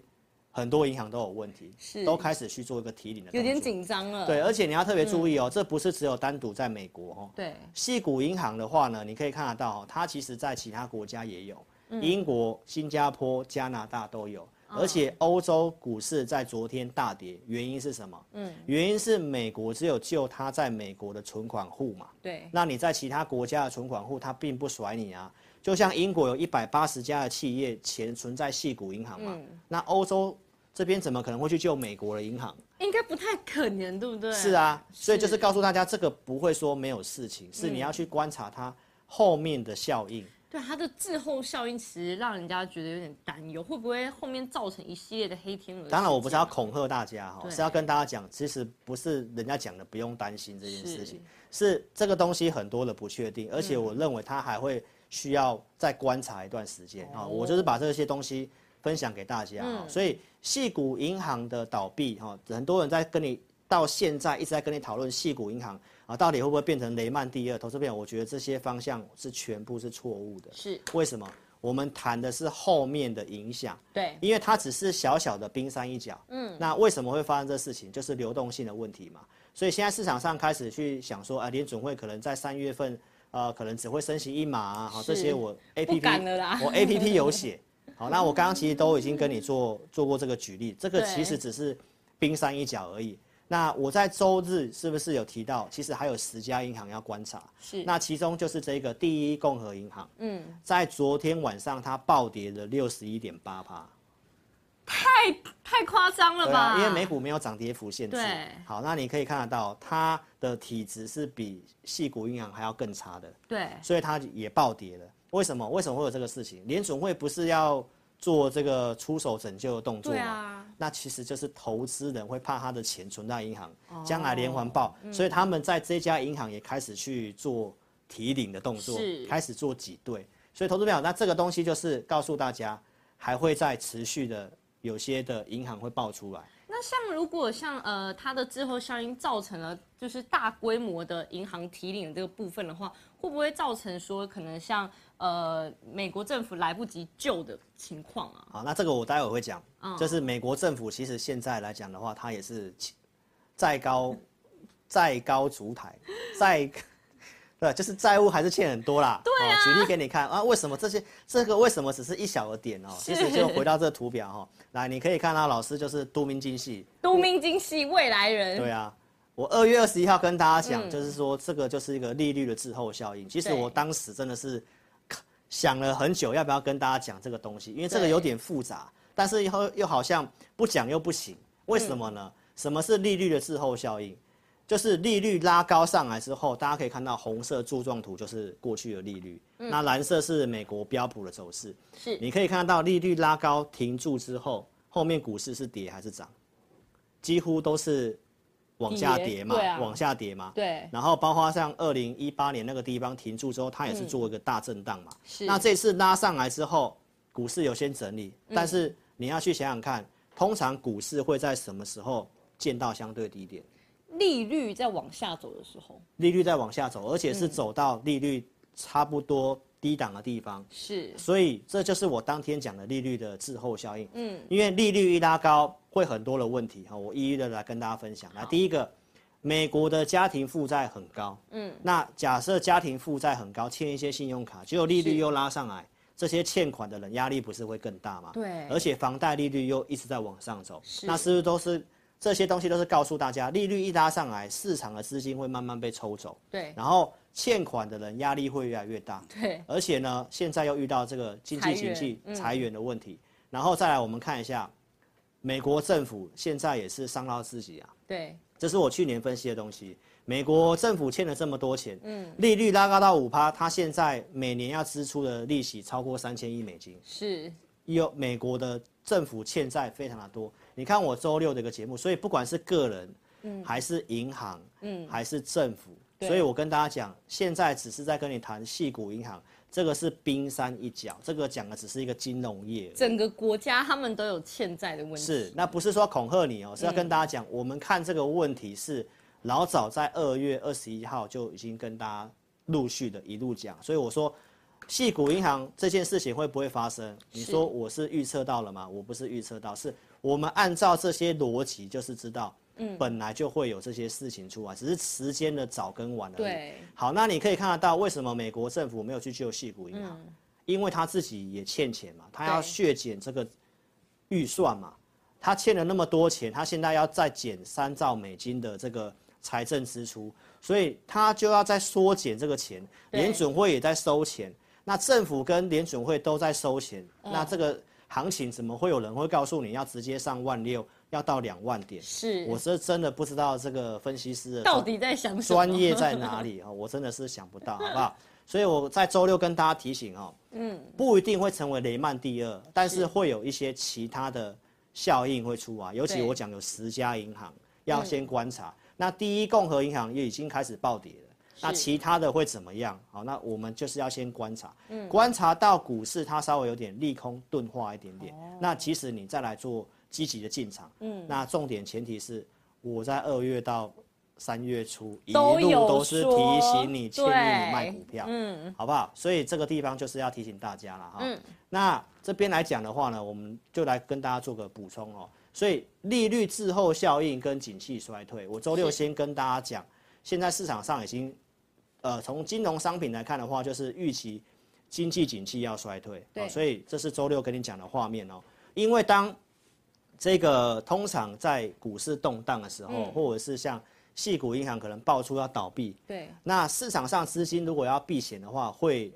[SPEAKER 2] 很多银行都有问题，
[SPEAKER 1] 是
[SPEAKER 2] 都开始去做一个提领的，
[SPEAKER 1] 有点。紧张嗯了。
[SPEAKER 2] 对，而且你要特别注意哦，这不是只有单独在美国哦。
[SPEAKER 1] 对，
[SPEAKER 2] 细股银行的话呢，你可以看得到、哦，它其实在其他国家也有，英国、新加坡、加拿大都有。而且欧洲股市在昨天大跌，原因是什么？嗯，原因是美国只有救它在美国的存款户嘛。
[SPEAKER 1] 对，
[SPEAKER 2] 那你在其他国家的存款户，他并不甩你啊。就像英国有一百八十家的企业钱存在系股银行嘛，那欧洲这边怎么可能会去救美国的银行？
[SPEAKER 1] 应该不太可能，对不对？
[SPEAKER 2] 是，啊，所以就是告诉大家，这个不会说没有事情，是你要去观察它后面的效应。
[SPEAKER 1] 对它的滞后效应，其实让人家觉得有点担忧，会不会后面造成一系列的黑天鹅？
[SPEAKER 2] 当然，我不是要，恐吓大家哈，
[SPEAKER 1] 对
[SPEAKER 2] 是要跟大家讲，其实不是人家讲的不用担心这件
[SPEAKER 1] 是嗯
[SPEAKER 2] 事情，是这个东西很多的不确定，而且我认为它还会需要再观察一段时间啊、
[SPEAKER 1] 哦嗯
[SPEAKER 2] 我就是把这些东西分享给大家哈、所以，细谷银行的倒闭哈，很多人在跟你到现在一直在跟你讨论细谷银行啊，到底会不会变成雷曼第二？投资朋友，我觉得这些方向是全部是错误的。
[SPEAKER 1] 是
[SPEAKER 2] 为什么？我们谈的是后面的影响。
[SPEAKER 1] 对，
[SPEAKER 2] 因为它只是小小的冰山一角。嗯，那为什么会发生这事情？就是流动性的问题嘛。所以现在市场上开始去想说，啊，联准会可能在三月份，呃，可能只会升息一码啊，好，
[SPEAKER 1] 是
[SPEAKER 2] 这些我 A
[SPEAKER 1] 不
[SPEAKER 2] P
[SPEAKER 1] 敢
[SPEAKER 2] P
[SPEAKER 1] 了啦
[SPEAKER 2] 我 A P P 有写。好，那我刚刚其实都已经跟你做做过这个举例，这个
[SPEAKER 1] 对
[SPEAKER 2] 其实只是冰山一角而已。那我在周日是不是有提到，其实还有十家银行要观察？
[SPEAKER 1] 是
[SPEAKER 2] 那其中就是这个第一共和银行，
[SPEAKER 1] 嗯，
[SPEAKER 2] 在昨天晚上它暴跌了六十一点八趴。
[SPEAKER 1] 太太夸张了
[SPEAKER 2] 对
[SPEAKER 1] 吧？
[SPEAKER 2] 啊，因为美股没有涨跌幅限制。
[SPEAKER 1] 对
[SPEAKER 2] 好，那你可以看得到，它的体质是比细股银行还要更差的，
[SPEAKER 1] 对啊
[SPEAKER 2] 所以它也暴跌了。为什么？为什么会有这个事情？联总会不是要做这个出手拯救的动作
[SPEAKER 1] 对
[SPEAKER 2] 吗？
[SPEAKER 1] 啊，
[SPEAKER 2] 那其实就是投资人会怕他的钱存在银行，
[SPEAKER 1] 哦
[SPEAKER 2] 将来连环爆，
[SPEAKER 1] 嗯
[SPEAKER 2] 所以他们在这家银行也开始去做提领的动作
[SPEAKER 1] 是，
[SPEAKER 2] 开始做挤兑。所以投资朋友，那这个东西就是告诉大家，还会再持续的有些的银行会爆出来。
[SPEAKER 1] 那像如果像呃它的滞后效应造成了就是大规模的银行提领的这个部分的话，会不会造成说可能像呃美国政府来不及救的情况啊？
[SPEAKER 2] 好，那这个我待会会讲，就是美国政府其实现在来讲的话，它也是起债高债高筑台，债对，就是债务还是欠很多啦。对啊、举例给你看啊，为什么这些这个为什么只是一小的点哦？其实就回到这个图表哈、哦，来你可以看到老师就是都明精细，
[SPEAKER 1] 都明金系未来人，
[SPEAKER 2] 对啊，我二月二十一号跟大家讲，就是说这个就是一个利率的滞后效应。其实
[SPEAKER 1] 对
[SPEAKER 2] 我当时真的是想了很久，要不要跟大家讲这个东西，因为这个
[SPEAKER 1] 对
[SPEAKER 2] 有点复杂，但是以后又好像不讲又不行，为什么呢？什么是利率的滞后效应？就是利率拉高上来之后，大家可以看到红色柱状图就是过去的利率，那蓝色是美国标普的走势。
[SPEAKER 1] 是
[SPEAKER 2] 你可以看到利率拉高停住之后，后面股市是跌还是涨？几乎都是往下跌嘛，
[SPEAKER 1] 跌对啊
[SPEAKER 2] 往下跌嘛。
[SPEAKER 1] 对
[SPEAKER 2] 然后包括像二零一八年那个地方停住之后，它也是做一个大震荡嘛。
[SPEAKER 1] 嗯是
[SPEAKER 2] 那这次拉上来之后，股市有先整理，
[SPEAKER 1] 嗯
[SPEAKER 2] 但是你要去想想看，通常股市会在什么时候见到相对低点？
[SPEAKER 1] 利率在往下走的时候
[SPEAKER 2] 利率在往下走，而且
[SPEAKER 1] 嗯
[SPEAKER 2] 是走到利率差不多低档的地方。
[SPEAKER 1] 是
[SPEAKER 2] 所以这就是我当天讲的利率的滞后效应。嗯，因为利率一拉高，会很多的问题哈，我一一的来跟大家分享。来，第一个，美国的家庭负债很高。嗯，那假设家庭负债很高，欠一些信用卡，结果利率又拉上来，这些欠款的人压力不是会更大吗？
[SPEAKER 1] 对
[SPEAKER 2] 而且房贷利率又一直在往上走，
[SPEAKER 1] 是
[SPEAKER 2] 那是不是都是？这些东西都是告诉大家，利率一拉上来，市场的资金会慢慢被抽走，
[SPEAKER 1] 对
[SPEAKER 2] 然后欠款的人压力会越来越大。
[SPEAKER 1] 对
[SPEAKER 2] 而且呢，现在又遇到这个经济景气
[SPEAKER 1] 哎裁员嗯
[SPEAKER 2] 裁员的问题，然后再来我们看一下，美国政府现在也是伤到自己啊，
[SPEAKER 1] 对
[SPEAKER 2] 这是我去年分析的东西。美国政府欠了这么多钱，嗯，利率拉高到五趴，它现在每年要支出的利息超过三千亿美金，
[SPEAKER 1] 是
[SPEAKER 2] 有美国的政府欠债非常的多。你看我周六的一个节目，所以不管是个人，嗯，还是银行，嗯，还是政府，
[SPEAKER 1] 对
[SPEAKER 2] 所以我跟大家讲，现在只是在跟你谈细股银行，这个是冰山一角，这个讲的只是一个金融业而已。
[SPEAKER 1] 整个国家他们都有欠债的问题，嗯
[SPEAKER 2] 是，那不是说恐吓你哦，是要跟大家讲，我们看这个问题是老早在二月二十一号就已经跟大家陆续的一路讲，所以我说，系股银行这件事情会不会发生？你说我是预测到了吗？我不是预测到，是我们按照这些逻辑就是知道，嗯，本来就会有这些事情出来，只是时间的早跟晚而已。
[SPEAKER 1] 对，
[SPEAKER 2] 好，那你可以看得到为什么美国政府没有去救戏股银行，因为他自己也欠钱嘛，他要
[SPEAKER 1] 嗯对
[SPEAKER 2] 削减这个预算嘛，他欠了那么多钱，他现在要再减三兆美金的这个财政支出，所以他就要再缩减这个钱，
[SPEAKER 1] 对
[SPEAKER 2] 联准会也在收钱，那政府跟联准会都在收钱，
[SPEAKER 1] 嗯
[SPEAKER 2] 那这个行情怎么会有人会告诉你要直接上万六，要到两万点？
[SPEAKER 1] 是
[SPEAKER 2] 我是真的不知道这个分析师的
[SPEAKER 1] 到底在想什么？
[SPEAKER 2] 专业在哪里啊？我真的是想不 到，好不好？所以我在周六跟大家提醒哦，嗯，不一定会成为雷曼第二，但是会有一些其他的效应会出来。尤其
[SPEAKER 1] 对嗯
[SPEAKER 2] 我讲有十家银行要先观察，那第一共和银行也已经开始暴跌了，那其他的会怎么样？好，那我们就是要先观察，
[SPEAKER 1] 嗯
[SPEAKER 2] 观察到股市它稍微有点利空钝化一点点，
[SPEAKER 1] 哦
[SPEAKER 2] 那即使你再来做积极的进场，嗯，那重点前提是我在二月到三月初一
[SPEAKER 1] 都
[SPEAKER 2] 路
[SPEAKER 1] 有
[SPEAKER 2] 都是
[SPEAKER 1] 说
[SPEAKER 2] 提醒你，建议你卖股票，
[SPEAKER 1] 嗯，
[SPEAKER 2] 好不好？所以这个地方就是要提醒大家了哈。那这边来讲的话呢，我们就来跟大家做个补充哦。所以利率滞后效应跟景气衰退，我周六先跟大家讲，现在市场上已经，呃，从金融商品来看的话，就是预期经济景气要衰退，哦
[SPEAKER 1] 对
[SPEAKER 2] 所以这是周六跟你讲的画面哦。因为当这个通常在股市动荡的时候，
[SPEAKER 1] 嗯
[SPEAKER 2] 或者是像系股银行可能爆出要倒闭，
[SPEAKER 1] 对，
[SPEAKER 2] 那市场上资金如果要避险的话，会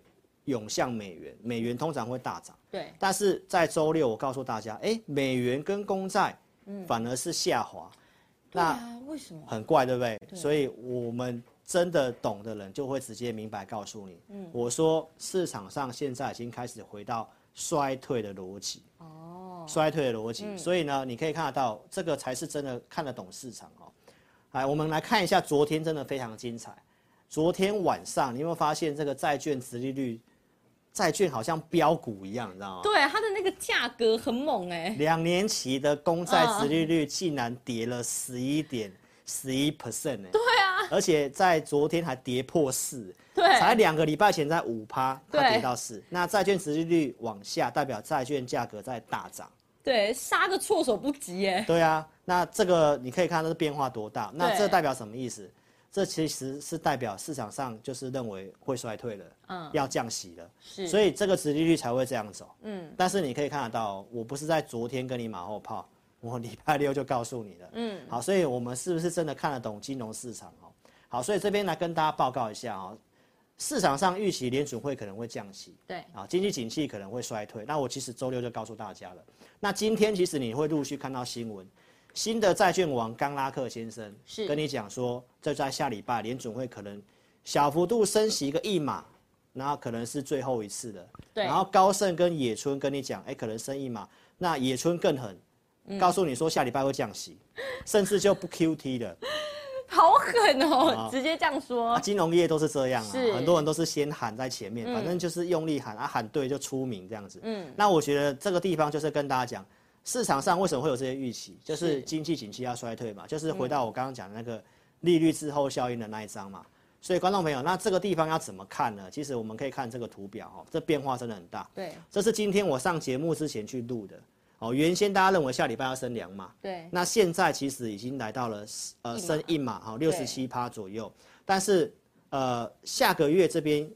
[SPEAKER 2] 涌向美元，美元通常会大涨。
[SPEAKER 1] 对，
[SPEAKER 2] 但是在周六我告诉大家，哎、美元跟公债反而是下滑，
[SPEAKER 1] 嗯对
[SPEAKER 2] 那
[SPEAKER 1] 啊，为什么？
[SPEAKER 2] 很怪，对不嗯对？所以我们真的懂的人就会直接明白告诉你，我说市场上现在已经开始回到衰退的逻辑。哦，衰退的逻辑，所以呢，你可以看得到，这个才是真的看得懂市场哦。来，我们来看一下昨天真的非常精彩。昨天晚上，你有没有发现这个债券殖利率，债券好像标股一样，你知道吗？
[SPEAKER 1] 对，它的那个价格很猛哎，
[SPEAKER 2] 两年期的公债殖利率竟然跌了十一点十一 percent 呢？对啊，而且在昨天还跌破四，
[SPEAKER 1] 对
[SPEAKER 2] 才两个礼拜前在五趴，它
[SPEAKER 1] 对
[SPEAKER 2] 跌到四。那债券殖利率往下，代表债券价格在大涨。
[SPEAKER 1] 对，杀个措手不及哎，
[SPEAKER 2] 对啊，那这个你可以看它的变化多大。那
[SPEAKER 1] 对
[SPEAKER 2] 这代表什么意思？这其实是代表市场上就是认为会衰退了，嗯，要降息了，
[SPEAKER 1] 是
[SPEAKER 2] 所以这个殖利率才会这样走，嗯。但是你可以看得到，我不是在昨天跟你马后炮，我礼拜六就告诉你了，嗯。好，所以我们是不是真的看得懂金融市场哦？好，所以这边来跟大家报告一下哦，市场上预期联准会可能会降息，
[SPEAKER 1] 对，
[SPEAKER 2] 啊，经济景气可能会衰退。那我其实周六就告诉大家了。那今天其实你会陆续看到新闻，新的债券王冈拉克先生
[SPEAKER 1] 是
[SPEAKER 2] 跟你讲说，这在下礼拜联准会可能小幅度升息一个一码，然后可能是最后一次了。
[SPEAKER 1] 对
[SPEAKER 2] 然后高盛跟野村跟你讲，哎、可能升一码，那野村更狠。
[SPEAKER 1] 嗯
[SPEAKER 2] 告诉你说下礼拜会降息，甚至就不 QT 了。
[SPEAKER 1] 好狠哦，直接这样
[SPEAKER 2] 啊，
[SPEAKER 1] 说，
[SPEAKER 2] 金融业都是这样啊
[SPEAKER 1] 是，
[SPEAKER 2] 很多人都是先喊在前面，反正就是用力喊啊，喊对就出名这样子。嗯，那我觉得这个地方就是跟大家讲，市场上为什么会有这些预期，就是经济景气要衰退嘛，就是回到我刚刚讲的那个利率滞后效应的那一章嘛。所以观众朋友，那这个地方要怎么看呢？其实我们可以看这个图表哦，这变化真的很大。
[SPEAKER 1] 对
[SPEAKER 2] 这是今天我上节目之前去录的哦，原先大家认为下礼拜要升两码，
[SPEAKER 1] 对
[SPEAKER 2] 那现在其实已经来到了
[SPEAKER 1] 哎一
[SPEAKER 2] 呃
[SPEAKER 1] 码
[SPEAKER 2] 升一码哈，
[SPEAKER 1] 对
[SPEAKER 2] 六十七趴左右，但是呃下个月这边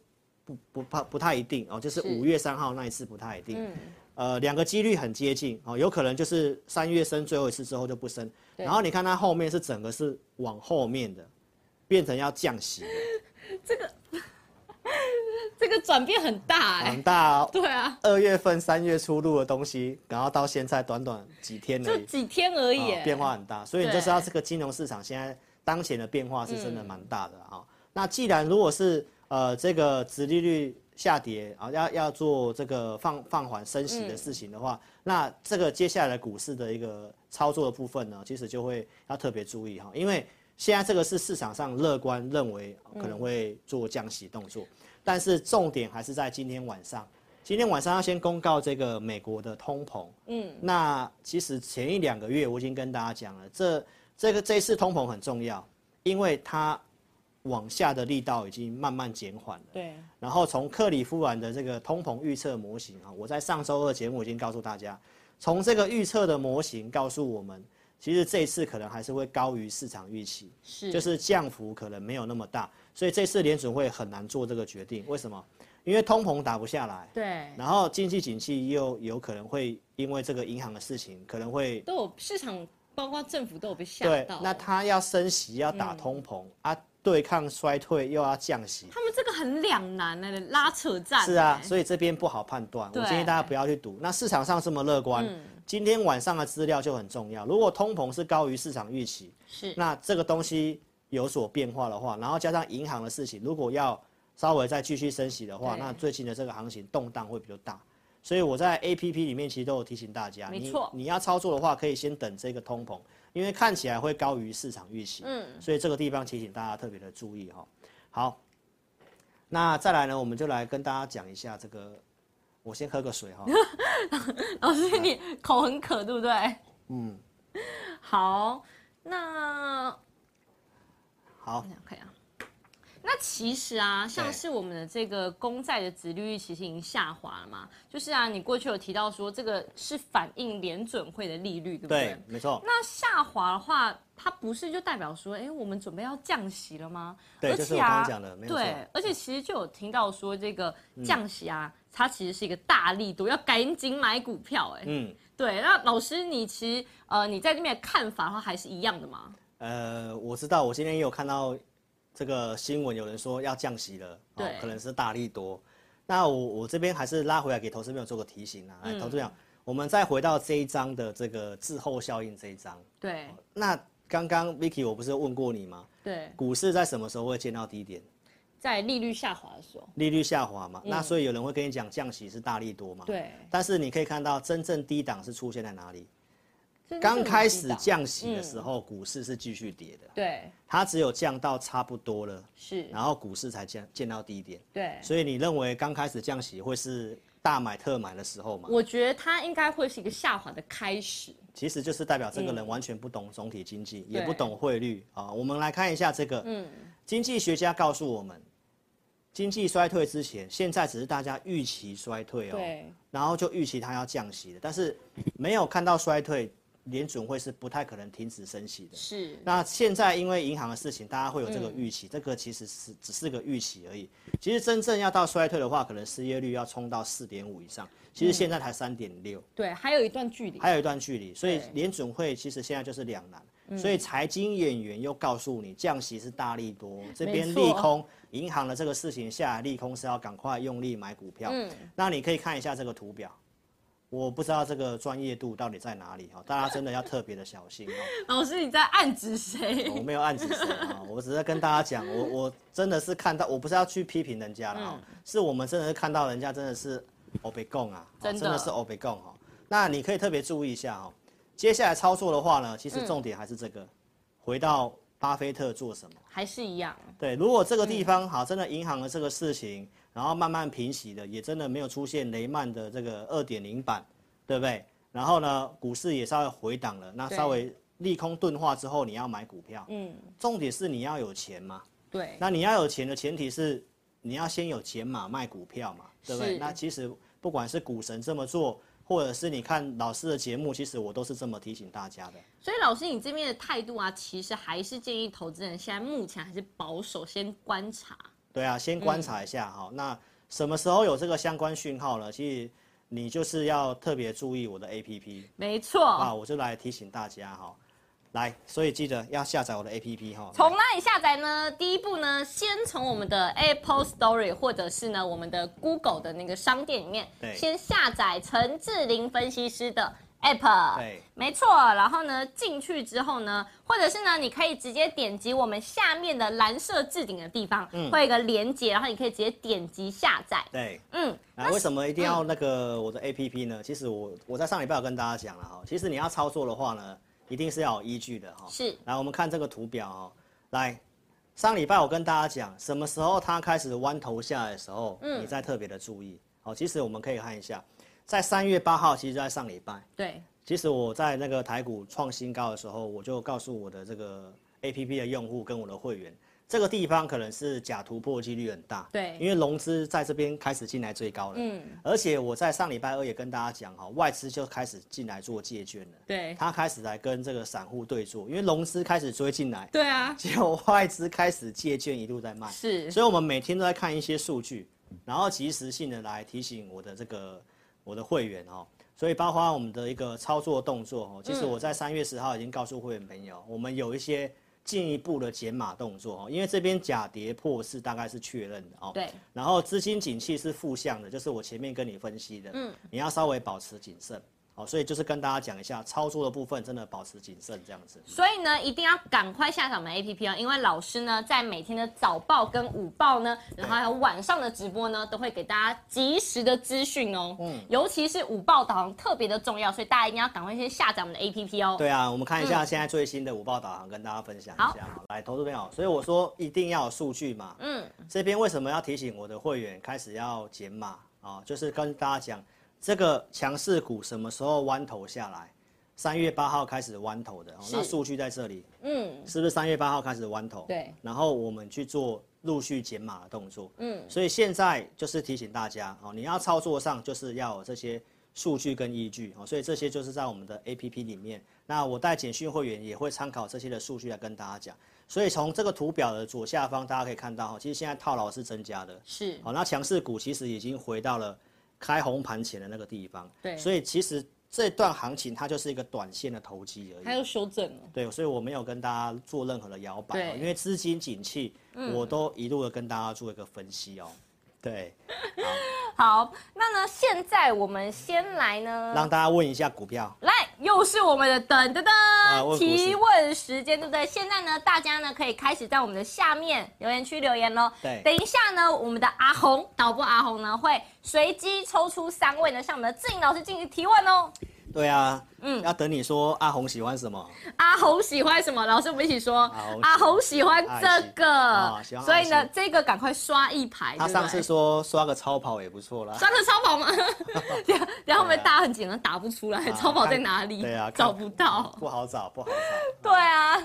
[SPEAKER 2] 不不怕不太一定哦，就是
[SPEAKER 1] 是嗯
[SPEAKER 2] 五月三号那一次不太一定，呃两个几率很接近哦，有可能就是三月升最后一次之后就不升，然后你看它后面是整个是往后面的，变成要降息了，
[SPEAKER 1] 这个转变很大哎，
[SPEAKER 2] 很大、哦。
[SPEAKER 1] 对啊，
[SPEAKER 2] 二月份、三月初录的东西，然后到现在短短几天而
[SPEAKER 1] 就
[SPEAKER 2] 已，
[SPEAKER 1] 几天而已
[SPEAKER 2] 哦
[SPEAKER 1] 哎，
[SPEAKER 2] 嗯变化很大，所以你就
[SPEAKER 1] 对
[SPEAKER 2] 知道这个金融市场现在当前的变化是真的蛮大的啊、哦那既然如果是呃这个殖利率下跌啊、要要做这个放放缓升息的事情的话，那这个接下来股市的一个操作的部分呢，其实就会要特别注意哈、因为现在这个是市场上乐观认为可能会做降息动作，但是重点还是在今天晚上。今天晚上要先公告这个美国的通膨，嗯，那其实前一两个月我已经跟大家讲了，这这个这一次通膨很重要，因为它往下的力道已经慢慢减缓了。
[SPEAKER 1] 对
[SPEAKER 2] 然后从克里夫兰的这个通膨预测模型啊，我在上周二节目已经告诉大家，从这个预测的模型告诉我们，其实这一次可能还是会高于市场预期，
[SPEAKER 1] 是
[SPEAKER 2] 就是降幅可能没有那么大，所以这次联准会很难做这个决定。为什么？因为通膨打不下来，
[SPEAKER 1] 对，
[SPEAKER 2] 然后经济景气又有可能会因为这个银行的事情，可能会
[SPEAKER 1] 都有市场，包括政府都有被吓
[SPEAKER 2] 对
[SPEAKER 1] 到。，哦
[SPEAKER 2] 那他要升息要打通膨、啊，对抗衰退又要降息，
[SPEAKER 1] 他们这个很两难呢，拉扯战欸。
[SPEAKER 2] 是啊，所以这边不好判断，我
[SPEAKER 1] 对嗯
[SPEAKER 2] 建议大家不要去赌。那市场上这么乐观，今天晚上的资料就很重要。如果通膨是高于市场预期，
[SPEAKER 1] 是
[SPEAKER 2] 那这个东西有所变化的话，然后加上银行的事情，如果要稍微再继续升息的话，
[SPEAKER 1] 对
[SPEAKER 2] 那最近的这个行情动荡会比较大。所以我在 A P P 里面其实都有提醒大家，
[SPEAKER 1] 没
[SPEAKER 2] 你
[SPEAKER 1] 错
[SPEAKER 2] 你要操作的话，可以先等这个通膨，因为看起来会高于市场预期。嗯，所以这个地方提醒大家特别的注意哈、好，那再来呢，我们就来跟大家讲一下这个，我先喝个水 哈、
[SPEAKER 1] 老师，你口很渴，对不对？嗯。好，那
[SPEAKER 2] 好
[SPEAKER 1] 我，想看一下。啊那其实啊，像是我们的这个公债的殖利率其实已经下滑了嘛，就是啊，你过去有提到说这个是反映联准会的利率，对不对？
[SPEAKER 2] 对，没错，
[SPEAKER 1] 那下滑的话，它不是就代表说，哎、我们准备要降息了吗？
[SPEAKER 2] 对，
[SPEAKER 1] 而
[SPEAKER 2] 就是
[SPEAKER 1] 且
[SPEAKER 2] 我刚
[SPEAKER 1] 啊，
[SPEAKER 2] 刚讲的，没有错，嗯
[SPEAKER 1] 对，而且其实就有听到说这个降息啊，它其实是一个大力度，要赶紧买股票、哎、
[SPEAKER 2] 嗯。
[SPEAKER 1] 对。那老师，你其实呃，你在这边的看法的话，还是一样的吗？
[SPEAKER 2] 呃，我知道，我今天也有看到这个新闻，有人说要降息了，哦
[SPEAKER 1] 对，
[SPEAKER 2] 可能是大力多。那我我这边还是拉回来给投资朋友做个提醒啊，来，
[SPEAKER 1] 嗯
[SPEAKER 2] 投资朋友，我们再回到这一章的这个滞后效应这一章。
[SPEAKER 1] 对
[SPEAKER 2] 那刚刚 Vicky 我不是问过你吗？
[SPEAKER 1] 对，
[SPEAKER 2] 股市在什么时候会见到低点？
[SPEAKER 1] 在利率下滑的时候，
[SPEAKER 2] 利率下滑嘛，那所以有人会跟你讲降息是大力多嘛？。
[SPEAKER 1] 嗯对，
[SPEAKER 2] 但是你可以看到，真正低档是出现在哪里？
[SPEAKER 1] 真的
[SPEAKER 2] 刚
[SPEAKER 1] 是
[SPEAKER 2] 开
[SPEAKER 1] 很低
[SPEAKER 2] 始
[SPEAKER 1] 档，
[SPEAKER 2] 降息的时候，股市是继续跌的，
[SPEAKER 1] 嗯对，
[SPEAKER 2] 它只有降到差不多了。
[SPEAKER 1] 是，
[SPEAKER 2] 然后股市才见见到低点。
[SPEAKER 1] 对。
[SPEAKER 2] 所以你认为刚开始降息会是大买特买的时候吗？
[SPEAKER 1] 我觉得它应该会是一个下滑的开始，
[SPEAKER 2] 其实就是代表这个人完全不懂总体经济，也
[SPEAKER 1] 嗯对嗯
[SPEAKER 2] 不懂汇率啊。我们来看一下这个，经济学家告诉我们，经济衰退之前，现在只是大家预期衰退哦，
[SPEAKER 1] 对，
[SPEAKER 2] 然后就预期它要降息的，但是没有看到衰退，联准会是不太可能停止升息的。
[SPEAKER 1] 是，
[SPEAKER 2] 那现在因为银行的事情，大家会有这
[SPEAKER 1] 嗯
[SPEAKER 2] 个预期，这个其实是只是个预期而已。其实真正要到衰退的话，可能失业率要冲到四点五以上，其实现在才三点六，
[SPEAKER 1] 对，还有一段距离，
[SPEAKER 2] 还有一段距离。所以
[SPEAKER 1] 嗯对嗯
[SPEAKER 2] 联准会其实现在就是两难。所以财经演员又告诉你，降息是大利多，这边
[SPEAKER 1] 没错
[SPEAKER 2] 利空，银行的这个事情下来，利空是要赶快用力买股票。
[SPEAKER 1] 嗯
[SPEAKER 2] 那你可以看一下这个图表。我不知道这个专业度到底在哪里哈，大家真的要特别的小心哦。
[SPEAKER 1] 老师你在暗指谁？
[SPEAKER 2] 我没有暗指谁啊，我只是跟大家讲，我我真的是看到，我不是要去批评人家了
[SPEAKER 1] 嗯
[SPEAKER 2] 哈、是我们真的是看到人家真的是欧北共啊，哦
[SPEAKER 1] 真的
[SPEAKER 2] 是欧北共哈。那你可以特别注意一下哈、哦接下来操作的话呢，
[SPEAKER 1] 嗯
[SPEAKER 2] 其实重点还是这个，回到巴菲特做什么？
[SPEAKER 1] 还是一样，
[SPEAKER 2] 对，如果这个地
[SPEAKER 1] 嗯
[SPEAKER 2] 方好，真的银行的这个事情，然后慢慢平息的，也真的没有出现雷曼的这个二点零版，对不对？然后呢，股市也稍微回档了，那
[SPEAKER 1] 对
[SPEAKER 2] 稍微利空钝化之后，你要买股票，嗯，重点是你要有钱嘛，
[SPEAKER 1] 对，
[SPEAKER 2] 那你要有钱的前提是你要先有钱码卖股票嘛，对不对？
[SPEAKER 1] 是
[SPEAKER 2] 那其实不管是股神这么做，或者是你看老师的节目，其实我都是这么提醒大家的。
[SPEAKER 1] 所以老师你这边的态度啊，其实还是建议投资人现在目前还是保守，先观察。
[SPEAKER 2] 对啊，先观察一下
[SPEAKER 1] 嗯
[SPEAKER 2] 哈、那什么时候有这个相关讯号呢？其实你就是要特别注意我的 APP
[SPEAKER 1] 没
[SPEAKER 2] 啊，
[SPEAKER 1] 错，
[SPEAKER 2] 我就来提醒大家哈、来，所以记得要下载我的 APP 哈、
[SPEAKER 1] 从哪里下载呢？第一步呢，先从我们的 Apple Store 或者是呢我们的 Google 的那个商店里面
[SPEAKER 2] 对，
[SPEAKER 1] 先下载陈志玲分析师的 App。
[SPEAKER 2] 对
[SPEAKER 1] 没错。然后呢，进去之后呢，或者是呢，你可以直接点击我们下面的蓝色置顶的地方，
[SPEAKER 2] 嗯
[SPEAKER 1] 会有一个连接，然后你可以直接点击下载。
[SPEAKER 2] 对。
[SPEAKER 1] 嗯，
[SPEAKER 2] 那为什么一定要那个我的 A P P 呢？其实我我在上礼拜有跟大家讲了哈，其实你要操作的话呢，一定是要有依据的哈。
[SPEAKER 1] 是
[SPEAKER 2] 来，我们看这个图表哦。来，上礼拜我跟大家讲，什么时候它开始弯头下来的时候，你再特别的注意。好，其实我们可以看一下，在三月八号，其实就在上礼拜，
[SPEAKER 1] 对，
[SPEAKER 2] 其实我在那个台股创新高的时候，我就告诉我的这个 A P P 的用户跟我的会员，这个地方可能是假突破几率很大，
[SPEAKER 1] 对
[SPEAKER 2] 因为融资在这边开始进来最高了，嗯，而且我在上礼拜二也跟大家讲哈，外资就开始进来做借券了，
[SPEAKER 1] 对
[SPEAKER 2] 他开始来跟这个散户对坐，因为融资开始追进来，
[SPEAKER 1] 对啊，
[SPEAKER 2] 结果外资开始借券一路在卖，
[SPEAKER 1] 是
[SPEAKER 2] 所以我们每天都在看一些数据，然后及时性的来提醒我的这个我的会员哦。所以包括我们的一个操作动作
[SPEAKER 1] 嗯
[SPEAKER 2] 哦，其实我在三月十号已经告诉会员朋友，我们有一些进一步的减码动作哦，因为这边假跌破是大概是确认的哦。
[SPEAKER 1] 对。
[SPEAKER 2] 然后资金景气是负向的，就是我前面跟你分析的，嗯，你要稍微保持谨慎。哦，所以就是跟大家讲一下操作的部分，真的保持谨慎这样子。
[SPEAKER 1] 所以呢，一定要赶快下载我们 APP 哦，因为老师呢，在每天的早报跟午报呢，然后还有晚上的直播呢，都会给大家及时的资讯哦。嗯，尤其是午报导航特别的重要，所以大家一定要赶快先下载我们的 APP 哦。
[SPEAKER 2] 对啊，我们看一下现在最新的五报导航，跟大家分享一下嘛。来，投资朋友，所以我说一定要有数据嘛。嗯，这边为什么要提醒我的会员开始要减码啊、就是跟大家讲，这个强势股什么时候弯头下来？三月八号开始弯头的，哦、那
[SPEAKER 1] 是
[SPEAKER 2] 数据在这里，
[SPEAKER 1] 嗯，
[SPEAKER 2] 是不是三月八号开始弯头？
[SPEAKER 1] 对。
[SPEAKER 2] 然后我们去做陆续减码的动作。嗯。所以现在就是提醒大家哦，你要操作上就是要有这些数据跟依据哦，所以这些就是在我们的 APP 里面。那我带简讯会员也会参考这些的数据来跟大家讲。所以从这个图表的左下方，大家可以看到哈，哦其实现在套牢是增加的。哦
[SPEAKER 1] 是
[SPEAKER 2] 好，那强势股其实已经回到了开红盘前的那个地方。
[SPEAKER 1] 对
[SPEAKER 2] 所以其实这段行情它就是一个短线的投机而已。
[SPEAKER 1] 还有修正哦。
[SPEAKER 2] 对，所以我没有跟大家做任何的摇摆、哦，
[SPEAKER 1] 对嗯
[SPEAKER 2] 因为资金景气，我都一路的跟大家做一个分析哦。对，
[SPEAKER 1] 好，那呢，现在我们先来呢，
[SPEAKER 2] 让大家问一下股票，
[SPEAKER 1] 来，又是我们的噔噔噔、
[SPEAKER 2] 问股市
[SPEAKER 1] 提啊问时间，对不对？现在呢，大家呢可以开始在我们的下面留言区留言喽。
[SPEAKER 2] 对
[SPEAKER 1] 等一下呢，我们的阿红导播阿红呢会随机抽出三位呢，向我们的志颖老师进行提问哦。
[SPEAKER 2] 对啊，嗯，要等你说阿红喜欢什么，
[SPEAKER 1] 阿红喜欢什么？老师，我们一起说
[SPEAKER 2] 红。
[SPEAKER 1] 阿红喜欢这个
[SPEAKER 2] 爱，心哦喜欢
[SPEAKER 1] 所以呢
[SPEAKER 2] 爱心，
[SPEAKER 1] 这个赶快刷一排。对不
[SPEAKER 2] 他
[SPEAKER 1] 对啊哎
[SPEAKER 2] 上次说刷个超跑也不错啦，
[SPEAKER 1] 刷个超 跑吗？ 然后我们大家很紧张，打不出来，
[SPEAKER 2] 啊
[SPEAKER 1] 超跑在哪里？
[SPEAKER 2] 看对啊，看
[SPEAKER 1] 找不到。
[SPEAKER 2] 不好找，不好找。
[SPEAKER 1] 对啊，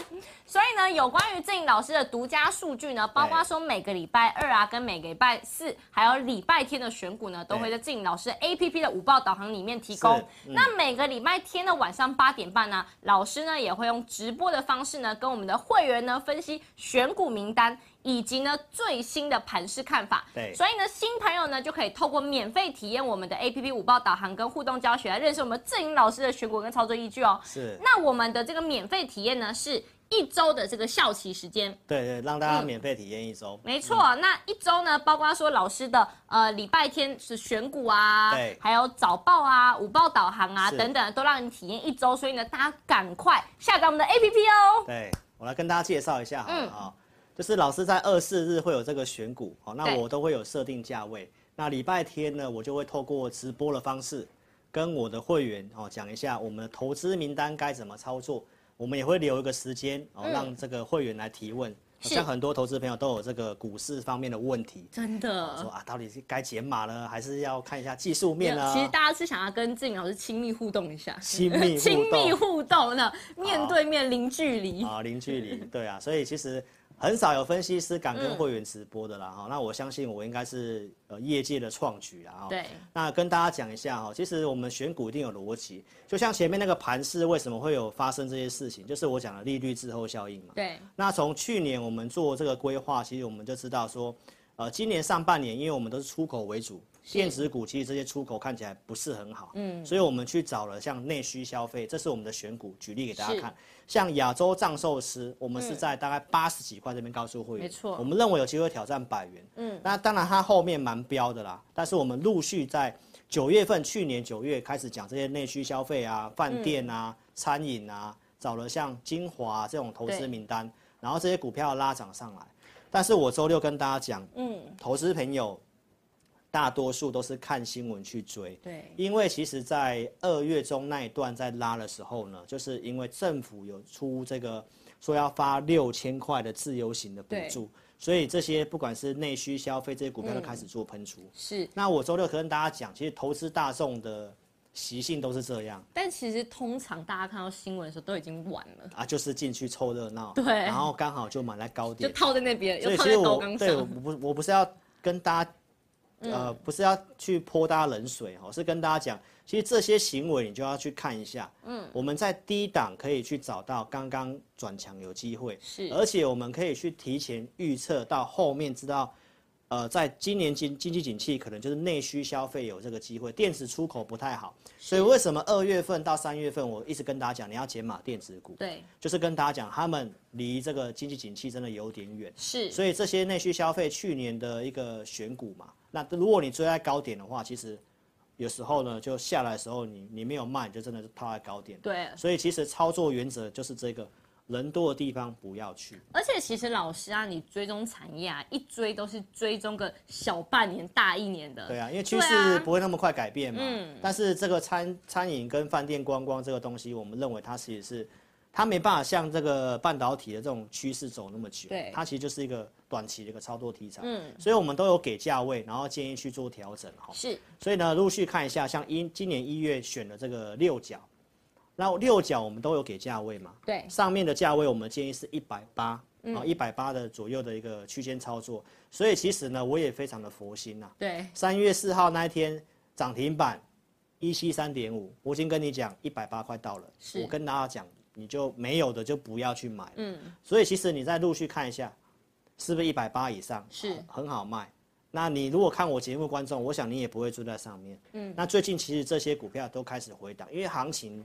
[SPEAKER 1] 所以呢，有关于郑颖老师的独家数据呢，包括
[SPEAKER 2] 对
[SPEAKER 1] 说每个礼拜二啊，跟每个礼拜四，还有礼拜天的选股呢，都会
[SPEAKER 2] 对
[SPEAKER 1] 在郑颖老师 A P P 的午报导航里面提供。
[SPEAKER 2] 是嗯
[SPEAKER 1] 那每个礼拜天的晚上八点半呢、老师呢也会用直播的方式呢，跟我们的会员呢分析选股名单。以及呢最新的盘势看法，
[SPEAKER 2] 对
[SPEAKER 1] 所以呢新朋友呢就可以透过免费体验我们的 A P P 午报导航跟互动教学，来认识我们郑颖老师的选股跟操作依据哦。
[SPEAKER 2] 是，
[SPEAKER 1] 那我们的这个免费体验呢，是一周的这个校期时间。
[SPEAKER 2] 对对，让大家免费体验一周。
[SPEAKER 1] 嗯没错，
[SPEAKER 2] 嗯
[SPEAKER 1] 那一周呢，包括说老师的呃礼拜天是选股啊
[SPEAKER 2] 对，
[SPEAKER 1] 还有早报啊、午报导航啊
[SPEAKER 2] 是
[SPEAKER 1] 等等，都让你体验一周。所以呢，大家赶快下载我们的 APP 哦。
[SPEAKER 2] 对，我来跟大家介绍一下好了
[SPEAKER 1] 嗯
[SPEAKER 2] 啊、就是老师在二四日会有这个选股，好、那
[SPEAKER 1] 对
[SPEAKER 2] 我都会有设定价位。那礼拜天呢，我就会透过直播的方式，跟我的会员哦讲一下我们的投资名单该怎么操作。我们也会留一个时间哦，让这个会员来提问。
[SPEAKER 1] 嗯是
[SPEAKER 2] 像很多投资朋友都有这个股市方面的问题，
[SPEAKER 1] 真
[SPEAKER 2] 说
[SPEAKER 1] 的，
[SPEAKER 2] 啊，到底是该减码呢，还是要看一下技术面呢？
[SPEAKER 1] 其实大家是想要跟志颖老师亲密互动一下，
[SPEAKER 2] 亲密 互
[SPEAKER 1] 亲密
[SPEAKER 2] 动
[SPEAKER 1] 互动呢，面对面零距离。
[SPEAKER 2] 啊，零距离，对啊，所以其实很少有分析师敢跟会员直播的啦哈、那我相信我应该是呃业界的创举啦哈。
[SPEAKER 1] 对，
[SPEAKER 2] 那跟大家讲一下哈，其实我们选股一定有逻辑，就像前面那个盘势为什么会有发生这些事情，就是我讲的利率滞后效应嘛。
[SPEAKER 1] 对，
[SPEAKER 2] 那从去年我们做这个规划，其实我们就知道说，呃，今年上半年因为我们都是出口为主，电子股其实这些出口看起来不是很好，嗯，所以我们去找了像内需消费，这是我们的选股，举例给大家看，像亚洲藏寿司，我们是在大概八十几块这边告诉会员，
[SPEAKER 1] 没错
[SPEAKER 2] 我们认为有机会挑战百元，嗯，那当然它后面蛮标的啦，但是我们陆续在。九月份，去年九月开始讲这些内需消费啊、饭店啊、
[SPEAKER 1] 嗯
[SPEAKER 2] 餐饮啊，找了像精华、啊、这种投
[SPEAKER 1] 对
[SPEAKER 2] 资名单，然后这些股票拉涨上来。但是我周六跟大家讲，嗯，投资朋友大多数都是看新闻去追，
[SPEAKER 1] 对，
[SPEAKER 2] 因为其实，在二月中那一段在拉的时候呢，就是因为政府有出这个说要发六千块的自由行的补
[SPEAKER 1] 对
[SPEAKER 2] 助，所以这些不管是内需消费这些股票都开始做喷出。
[SPEAKER 1] 是
[SPEAKER 2] 那我周六跟大家讲，其实投资大众的习性都是这样
[SPEAKER 1] 但其实通常大家看到新闻的时候都已经晚了，
[SPEAKER 2] 啊，就是进去凑热闹，
[SPEAKER 1] 对
[SPEAKER 2] 然后刚好就买在高
[SPEAKER 1] 就
[SPEAKER 2] 点，
[SPEAKER 1] 套在那边，
[SPEAKER 2] 所
[SPEAKER 1] 又
[SPEAKER 2] 以
[SPEAKER 1] 套
[SPEAKER 2] 其
[SPEAKER 1] 在
[SPEAKER 2] 实
[SPEAKER 1] 高
[SPEAKER 2] 我
[SPEAKER 1] 岗
[SPEAKER 2] 对我
[SPEAKER 1] 上。嗯
[SPEAKER 2] 不我不是要跟大家，呃，不是要去泼大家冷水哦，是跟大家讲，其实这些行为你就要去看一下，嗯，我们在低档可以去找到刚刚转强有机会，
[SPEAKER 1] 是
[SPEAKER 2] 而且我们可以去提前预测到后面知道。呃，在今年经经济景气可能就是内需消费有这个机会，电子出口不太好，所以为什么二月份到三月份，我一直跟大家讲你要减码电子股，
[SPEAKER 1] 对，
[SPEAKER 2] 就是跟大家讲他们离这个经济景气真的有点远。
[SPEAKER 1] 是，
[SPEAKER 2] 所以这些内需消费去年的一个选股嘛，那如果你追在高点的话，其实有时候呢，就下来的时候你你没有卖，你就真的是套在高点。
[SPEAKER 1] 对。
[SPEAKER 2] 所以其实操作原则就是这个，人多的地方不要去。
[SPEAKER 1] 而且其实老师啊，你追踪产业啊，一追都是追踪个小半年、大一年的。
[SPEAKER 2] 对啊，因为趋
[SPEAKER 1] 对啊嗯
[SPEAKER 2] 势不会那么快改变嘛。但是这个餐餐饮跟饭店观光这个东西，我们认为它其实是它没办法像这个半导体的这种趋势走那么久。
[SPEAKER 1] 对
[SPEAKER 2] 它其实就是一个短期的一个操作题材。嗯，所以我们都有给价位，然后建议去做调整哈。
[SPEAKER 1] 是
[SPEAKER 2] 所以呢，陆续看一下，像一今年一月选的这个六角，那六角我们都有给价位嘛？
[SPEAKER 1] 对嗯
[SPEAKER 2] 上面的价位我们建议是一百八，啊，一百八的左右的一个区间操作。所以其实呢，我也非常的佛心啊呐、
[SPEAKER 1] 对，
[SPEAKER 2] 三月四号那一天涨停板一七三点五，我已经跟你讲一百八快到了，
[SPEAKER 1] 是
[SPEAKER 2] 我跟大家讲，你就没有的就不要去买。嗯，所以其实你再陆续看一下，是不是一百八以上
[SPEAKER 1] 是
[SPEAKER 2] 好很好卖。那你如果看我节目观众，我想你也不会追在上面。嗯，那最近其实这些股票都开始回档，因为行情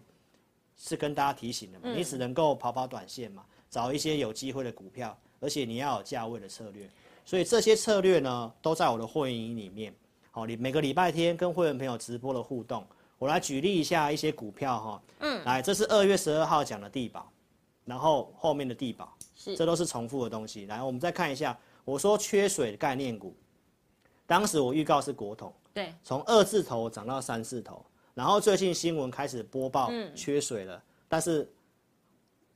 [SPEAKER 2] 是跟大家提醒的嘛，你只能够跑跑短线嘛，找一些有机会的股票，而且你要有价位的策略。所以这些策略呢，都在我的会员营里面。好，你每个礼拜天跟会员朋友直播的互动，我来举例一下一些股票哈。嗯，来，这是二月十二号讲的地保，然后后面的地保，
[SPEAKER 1] 是
[SPEAKER 2] 这都是重复的东西。来，我们再看一下，我说缺水的概念股，当时我预告是国统，
[SPEAKER 1] 对，
[SPEAKER 2] 从二字头涨到三字头，然后最近新闻开始播报
[SPEAKER 1] 嗯
[SPEAKER 2] 缺水了，但是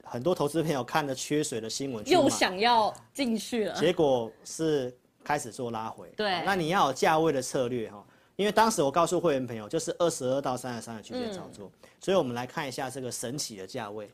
[SPEAKER 2] 很多投资朋友看了缺水的新闻去买，
[SPEAKER 1] 又想要进去了。
[SPEAKER 2] 结果是开始做拉回。哦
[SPEAKER 1] 对
[SPEAKER 2] 好那你要有价位的策略哈，因为当时我告诉会员朋友，就是二十二到三十三的区间操作，
[SPEAKER 1] 嗯
[SPEAKER 2] 所以我们来看一下这个神奇的价位，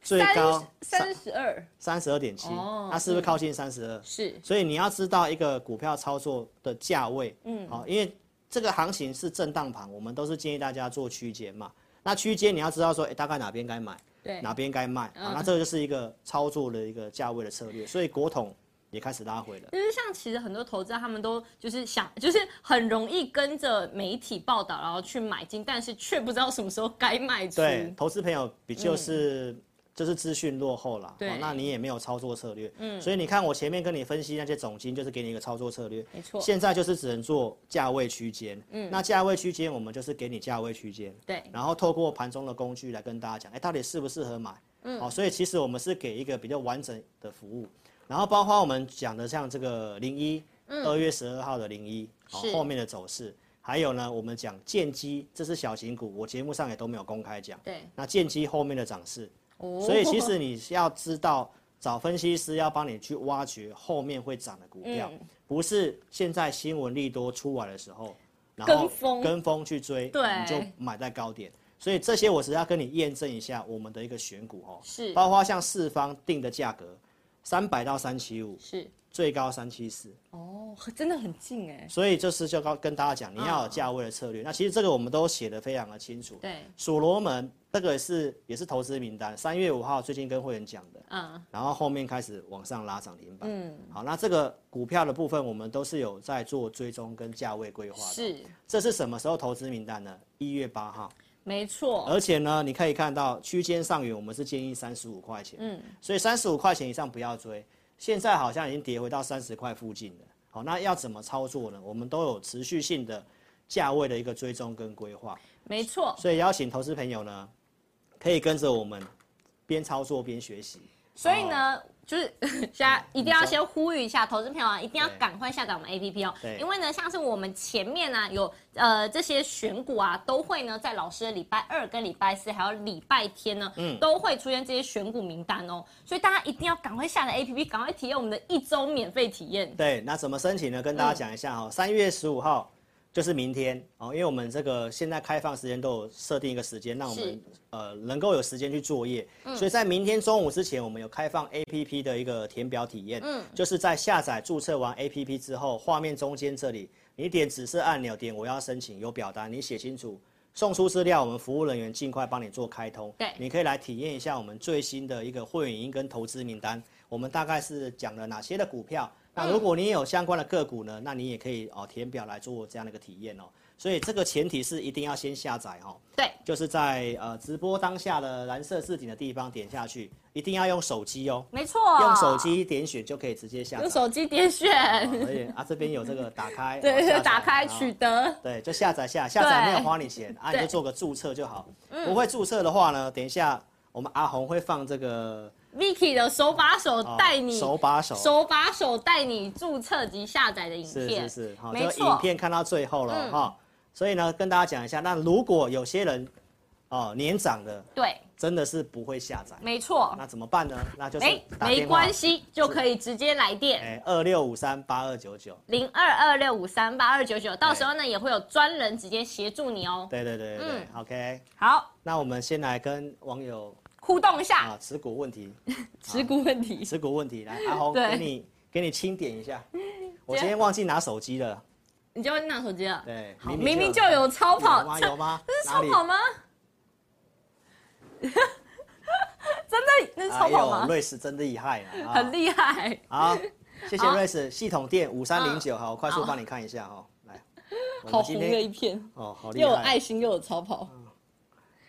[SPEAKER 2] 最高
[SPEAKER 1] 哦三十二
[SPEAKER 2] 三十二点七，
[SPEAKER 1] 哦
[SPEAKER 2] 它是不是靠近三十二？
[SPEAKER 1] 是
[SPEAKER 2] 所以你要知道一个股票操作的价位，嗯，好、因为这个行情是震荡盘，我们都是建议大家做区间嘛。那区间你要知道说，哎、大概哪边该买，
[SPEAKER 1] 对嗯
[SPEAKER 2] 哪边该卖、啊，那这个就是一个操作的一个价位的策略。所以国统也开始拉回了。
[SPEAKER 1] 就是像其实很多投资家啊他们都就是想，就是很容易跟着媒体报道，然后去买进，但是却不知道什么时候该卖出。
[SPEAKER 2] 对，投资朋友比就是、就是资讯落后啦，
[SPEAKER 1] 嗯对
[SPEAKER 2] 哦那你也没有操作策略，嗯，所以你看我前面跟你分析那些总金，就是给你一个操作策略，
[SPEAKER 1] 没错
[SPEAKER 2] 现在就是只能做价位区间，嗯，那价位区间我们就是给你价位区间，
[SPEAKER 1] 对
[SPEAKER 2] 然后透过盘中的工具来跟大家讲，哎、到底适不适合买，嗯，哦，所以其实我们是给一个比较完整的服务，然后包括我们讲的像这个零一、二月十二号的零一、哦
[SPEAKER 1] 嗯是，
[SPEAKER 2] 后面的走势。还有呢，我们讲建机，这是小型股，我节目上也都没有公开讲。
[SPEAKER 1] 对，
[SPEAKER 2] 那建机后面的涨势，
[SPEAKER 1] 哦
[SPEAKER 2] 所以其实你是要知道，找分析师要帮你去挖掘后面会涨的股
[SPEAKER 1] 嗯
[SPEAKER 2] 票，不是现在新闻利多出来的时候，然后
[SPEAKER 1] 跟风
[SPEAKER 2] 跟风去追，
[SPEAKER 1] 对
[SPEAKER 2] 你就买在高点。所以这些我只是要跟你验证一下我们的一个选股哦，
[SPEAKER 1] 是
[SPEAKER 2] 包括像四方定的价格，三百到三七五，
[SPEAKER 1] 是
[SPEAKER 2] 最高三七四，
[SPEAKER 1] 哦，真的很近哎、
[SPEAKER 2] 所以就是就告跟大家讲，你要有价位的策略。那其实这个我们都写的非常的清楚。
[SPEAKER 1] 对，
[SPEAKER 2] 所罗门这个是也是投资名单，三月五号最近跟会员讲的，
[SPEAKER 1] 嗯，
[SPEAKER 2] 然后后面开始往上拉涨停板。嗯，好，那这个股票的部分我们都是有在做追踪跟价位规划的。，
[SPEAKER 1] 是
[SPEAKER 2] 这是什么时候投资名单呢？一月八号。
[SPEAKER 1] 没错，
[SPEAKER 2] 而且呢，你可以看到区间上缘，我们是建议三十五块钱，嗯，所以三十五块钱以上不要追。现在好像已经跌回到三十块附近了，好，那要怎么操作呢？我们都有持续性的价位的一个追踪跟规划，
[SPEAKER 1] 没错。
[SPEAKER 2] 所以邀请投资朋友呢，可以跟着我们边操作边学习。
[SPEAKER 1] 所以呢，
[SPEAKER 2] 哦
[SPEAKER 1] 就是现 在一定要
[SPEAKER 2] 你说
[SPEAKER 1] 先呼吁一下投资朋友啊，一定要
[SPEAKER 2] 对
[SPEAKER 1] 赶快下载我们 APP 哦
[SPEAKER 2] 对，
[SPEAKER 1] 因为呢，像是我们前面呢、有呃这些选股啊，都会呢在老师的礼拜二跟礼拜四还有礼拜天呢，
[SPEAKER 2] 嗯
[SPEAKER 1] 都会出现这些选股名单哦，所以大家一定要赶快下载 APP，赶快体验我们的一周免费体验。嗯
[SPEAKER 2] 对，那怎么申请呢？跟大家讲一下哈、三、月十五号就是明天哦，因为我们这个现在开放时间都有设定一个时间，让我
[SPEAKER 1] 是嗯
[SPEAKER 2] 们呃能够有时间去作业，所以在明天中午之前，我们有开放 A P P 的一个填表体验，嗯，就是在下载注册完 A P P 之后，画面中间这里你点紫色按钮，点我要申请有表单，你写清楚。送出资料，我们服务人员尽快帮你做开通。
[SPEAKER 1] 对
[SPEAKER 2] 你可以来体验一下我们最新的一个会员营跟投资名单。我们大概是讲了哪些的股票？
[SPEAKER 1] 嗯
[SPEAKER 2] 那如果你也有相关的个股呢，那你也可以哦填表来做这样的一个体验哦。所以这个前提是一定要先下载哦。
[SPEAKER 1] 对，
[SPEAKER 2] 就是在呃直播当下的蓝色置顶的地方点下去，一定要用手机哦，
[SPEAKER 1] 没错，
[SPEAKER 2] 用手机点选就可以直接下载。
[SPEAKER 1] 用手机点选，
[SPEAKER 2] 哦而且啊这边有这个打开，哦
[SPEAKER 1] 对，
[SPEAKER 2] 下载
[SPEAKER 1] 打开
[SPEAKER 2] 哦
[SPEAKER 1] 取得，
[SPEAKER 2] 对，就下载下，下载
[SPEAKER 1] 对
[SPEAKER 2] 没有花你钱啊，你
[SPEAKER 1] 对嗯
[SPEAKER 2] 就做个注册就好。不会注册的话呢，等一下我们阿红会放这个、
[SPEAKER 1] Vicky 的手把手
[SPEAKER 2] 哦
[SPEAKER 1] 带你
[SPEAKER 2] 手把手，
[SPEAKER 1] 手把手带你注册及下载的影
[SPEAKER 2] 是
[SPEAKER 1] 片，
[SPEAKER 2] 是是，好，
[SPEAKER 1] 没
[SPEAKER 2] 这个
[SPEAKER 1] 错嗯
[SPEAKER 2] 影片看到最后了哈、所以呢，跟大家讲一下，那如果有些人哦年长的
[SPEAKER 1] 对，
[SPEAKER 2] 真的是不会下载，
[SPEAKER 1] 没错，
[SPEAKER 2] 那怎么办呢？那就是
[SPEAKER 1] 哎，
[SPEAKER 2] 打
[SPEAKER 1] 嗯没
[SPEAKER 2] 电话，
[SPEAKER 1] 关系，就可以直接来电。
[SPEAKER 2] 哎，二六五三八二九九。
[SPEAKER 1] 零二二六五三八二九九，
[SPEAKER 2] 哎
[SPEAKER 1] 到时候呢也会有专人直接协助你哦。
[SPEAKER 2] 对对对对对、o k
[SPEAKER 1] 好，
[SPEAKER 2] 那我们先来跟网友
[SPEAKER 1] 互动一下
[SPEAKER 2] 啊，持股 问题，
[SPEAKER 1] 持股问题。
[SPEAKER 2] 持股问题，来，阿红
[SPEAKER 1] 对
[SPEAKER 2] 给你给你清点 一下。我今天忘记拿手机了，
[SPEAKER 1] 你就会拿手机了。
[SPEAKER 2] 对，
[SPEAKER 1] 好，明明就有超
[SPEAKER 2] 有
[SPEAKER 1] 跑，
[SPEAKER 2] 吗？
[SPEAKER 1] 这
[SPEAKER 2] 有吗？
[SPEAKER 1] 这是
[SPEAKER 2] 哪
[SPEAKER 1] 超
[SPEAKER 2] 里
[SPEAKER 1] 跑吗？真的，那是超跑
[SPEAKER 2] 哎呦
[SPEAKER 1] 吗？
[SPEAKER 2] 瑞士真厉害啊，啊
[SPEAKER 1] 很厉害。
[SPEAKER 2] 好，谢谢
[SPEAKER 1] 好嗯
[SPEAKER 2] 瑞士系统店五三零九，好，我快速帮你看一下哦，来，我
[SPEAKER 1] 好红
[SPEAKER 2] 们今
[SPEAKER 1] 的一
[SPEAKER 2] 天
[SPEAKER 1] 片，
[SPEAKER 2] 哦，好厉
[SPEAKER 1] 又有
[SPEAKER 2] 害
[SPEAKER 1] 爱，心又有超跑。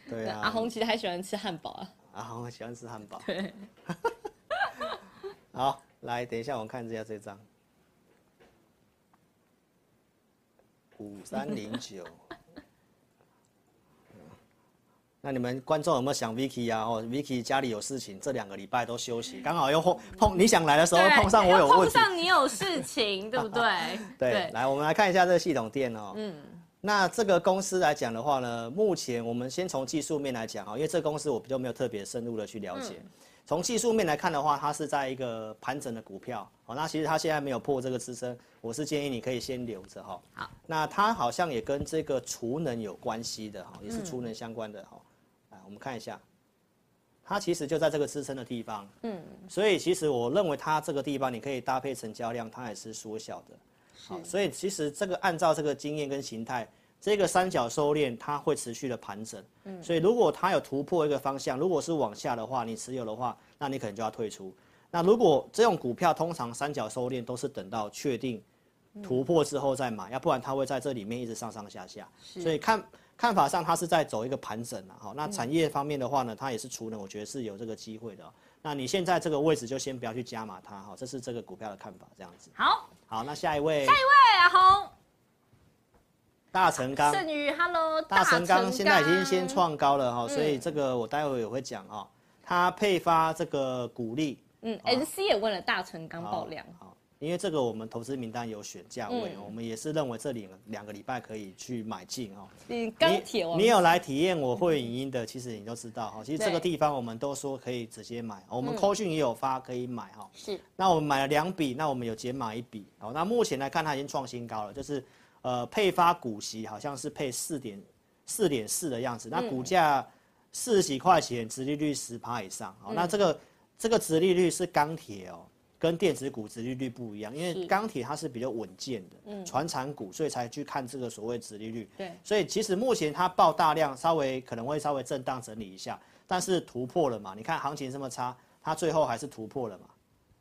[SPEAKER 2] 对
[SPEAKER 1] 对，
[SPEAKER 2] 啊，
[SPEAKER 1] 阿红，其实还喜欢吃汉堡啊。
[SPEAKER 2] 阿红喜欢吃汉堡，
[SPEAKER 1] 对，
[SPEAKER 2] 好，来，等一下我看一下这张，五三零九。 那你们观众有没有想 Vicky 啊？哦，Vicky 家里有事情，这两个礼拜都休息，刚好又碰碰你想来的时候
[SPEAKER 1] 对
[SPEAKER 2] 碰上我有问
[SPEAKER 1] 碰
[SPEAKER 2] 题，
[SPEAKER 1] 上你有事情，对不对？
[SPEAKER 2] 对，来，我们来看一下这个系统店哦。
[SPEAKER 1] 嗯
[SPEAKER 2] 嗯，那这个公司来讲的话呢，目前我们先从技术面来讲哦哈，因为这个公司我比较没有特别深入的去了解。从技术面来看的话，它是在一个盘整的股票，好，那其实它现在没有破这个支撑，我是建议你可以先留着哈。
[SPEAKER 1] 好，
[SPEAKER 2] 那它好像也跟这个储能有关系的哈，也是储能相关的哈。来，我们看一下，它其实就在这个支撑的地方，嗯，所以其实我认为它这个地方你可以搭配成交量，它也是缩小的。好，所以其实这个按照这个经验跟形态，这个三角收敛它会持续的盘整。嗯，所以如果它有突破一个方向，如果是往下的话，你持有的话，那你可能就要退出。那如果这种股票通常三角收敛都是等到确定突破之后再买，要不然它会在这里面一直上上下下。所以看看法上，它是在走一个盘整啊。好，那产业方面的话呢，它也是储能，我觉得是有这个机会的哦。那你现在这个位置就先不要去加码它哈，这是这个股票的看法，这样子。
[SPEAKER 1] 好，
[SPEAKER 2] 好，那下一位，
[SPEAKER 1] 对，阿红。
[SPEAKER 2] 大成钢，
[SPEAKER 1] 剩余 Hello
[SPEAKER 2] 大
[SPEAKER 1] 成
[SPEAKER 2] 成
[SPEAKER 1] 钢嗯
[SPEAKER 2] 钢现在已经先创高了哈，所以这个我待会也会讲哦。它配发这个股利
[SPEAKER 1] 嗯，NC 也问了大成钢爆量，
[SPEAKER 2] 啊好，因为这个我们投资名单有选价位，
[SPEAKER 1] 嗯
[SPEAKER 2] 我们也是认为这里两个礼拜可以去买进哦。
[SPEAKER 1] 嗯，
[SPEAKER 2] 你
[SPEAKER 1] 钢铁王
[SPEAKER 2] 你有来体验我会影音的，其实你都知道哈。其实这个
[SPEAKER 1] 对嗯
[SPEAKER 2] 地方我们都说可以直接买，我们扣讯也有发可以买哈。
[SPEAKER 1] 是
[SPEAKER 2] 那我们买了两笔，那我们有减码一笔。好，那目前来看它已经创新高了，就是呃配发股息好像是配四点四点四的样子，那股价四十几块钱，殖利率十趴以上。好，那这个这个殖利率是钢铁哦。跟电子股殖利率不一样，因为钢铁它是比较稳健的，传产股，所以才去看这个所谓殖利率。
[SPEAKER 1] 对，
[SPEAKER 2] 所以其实目前它爆大量，稍微可能会稍微震荡整理一下，但是突破了嘛？你看行情这么差，它最后还是突破了嘛？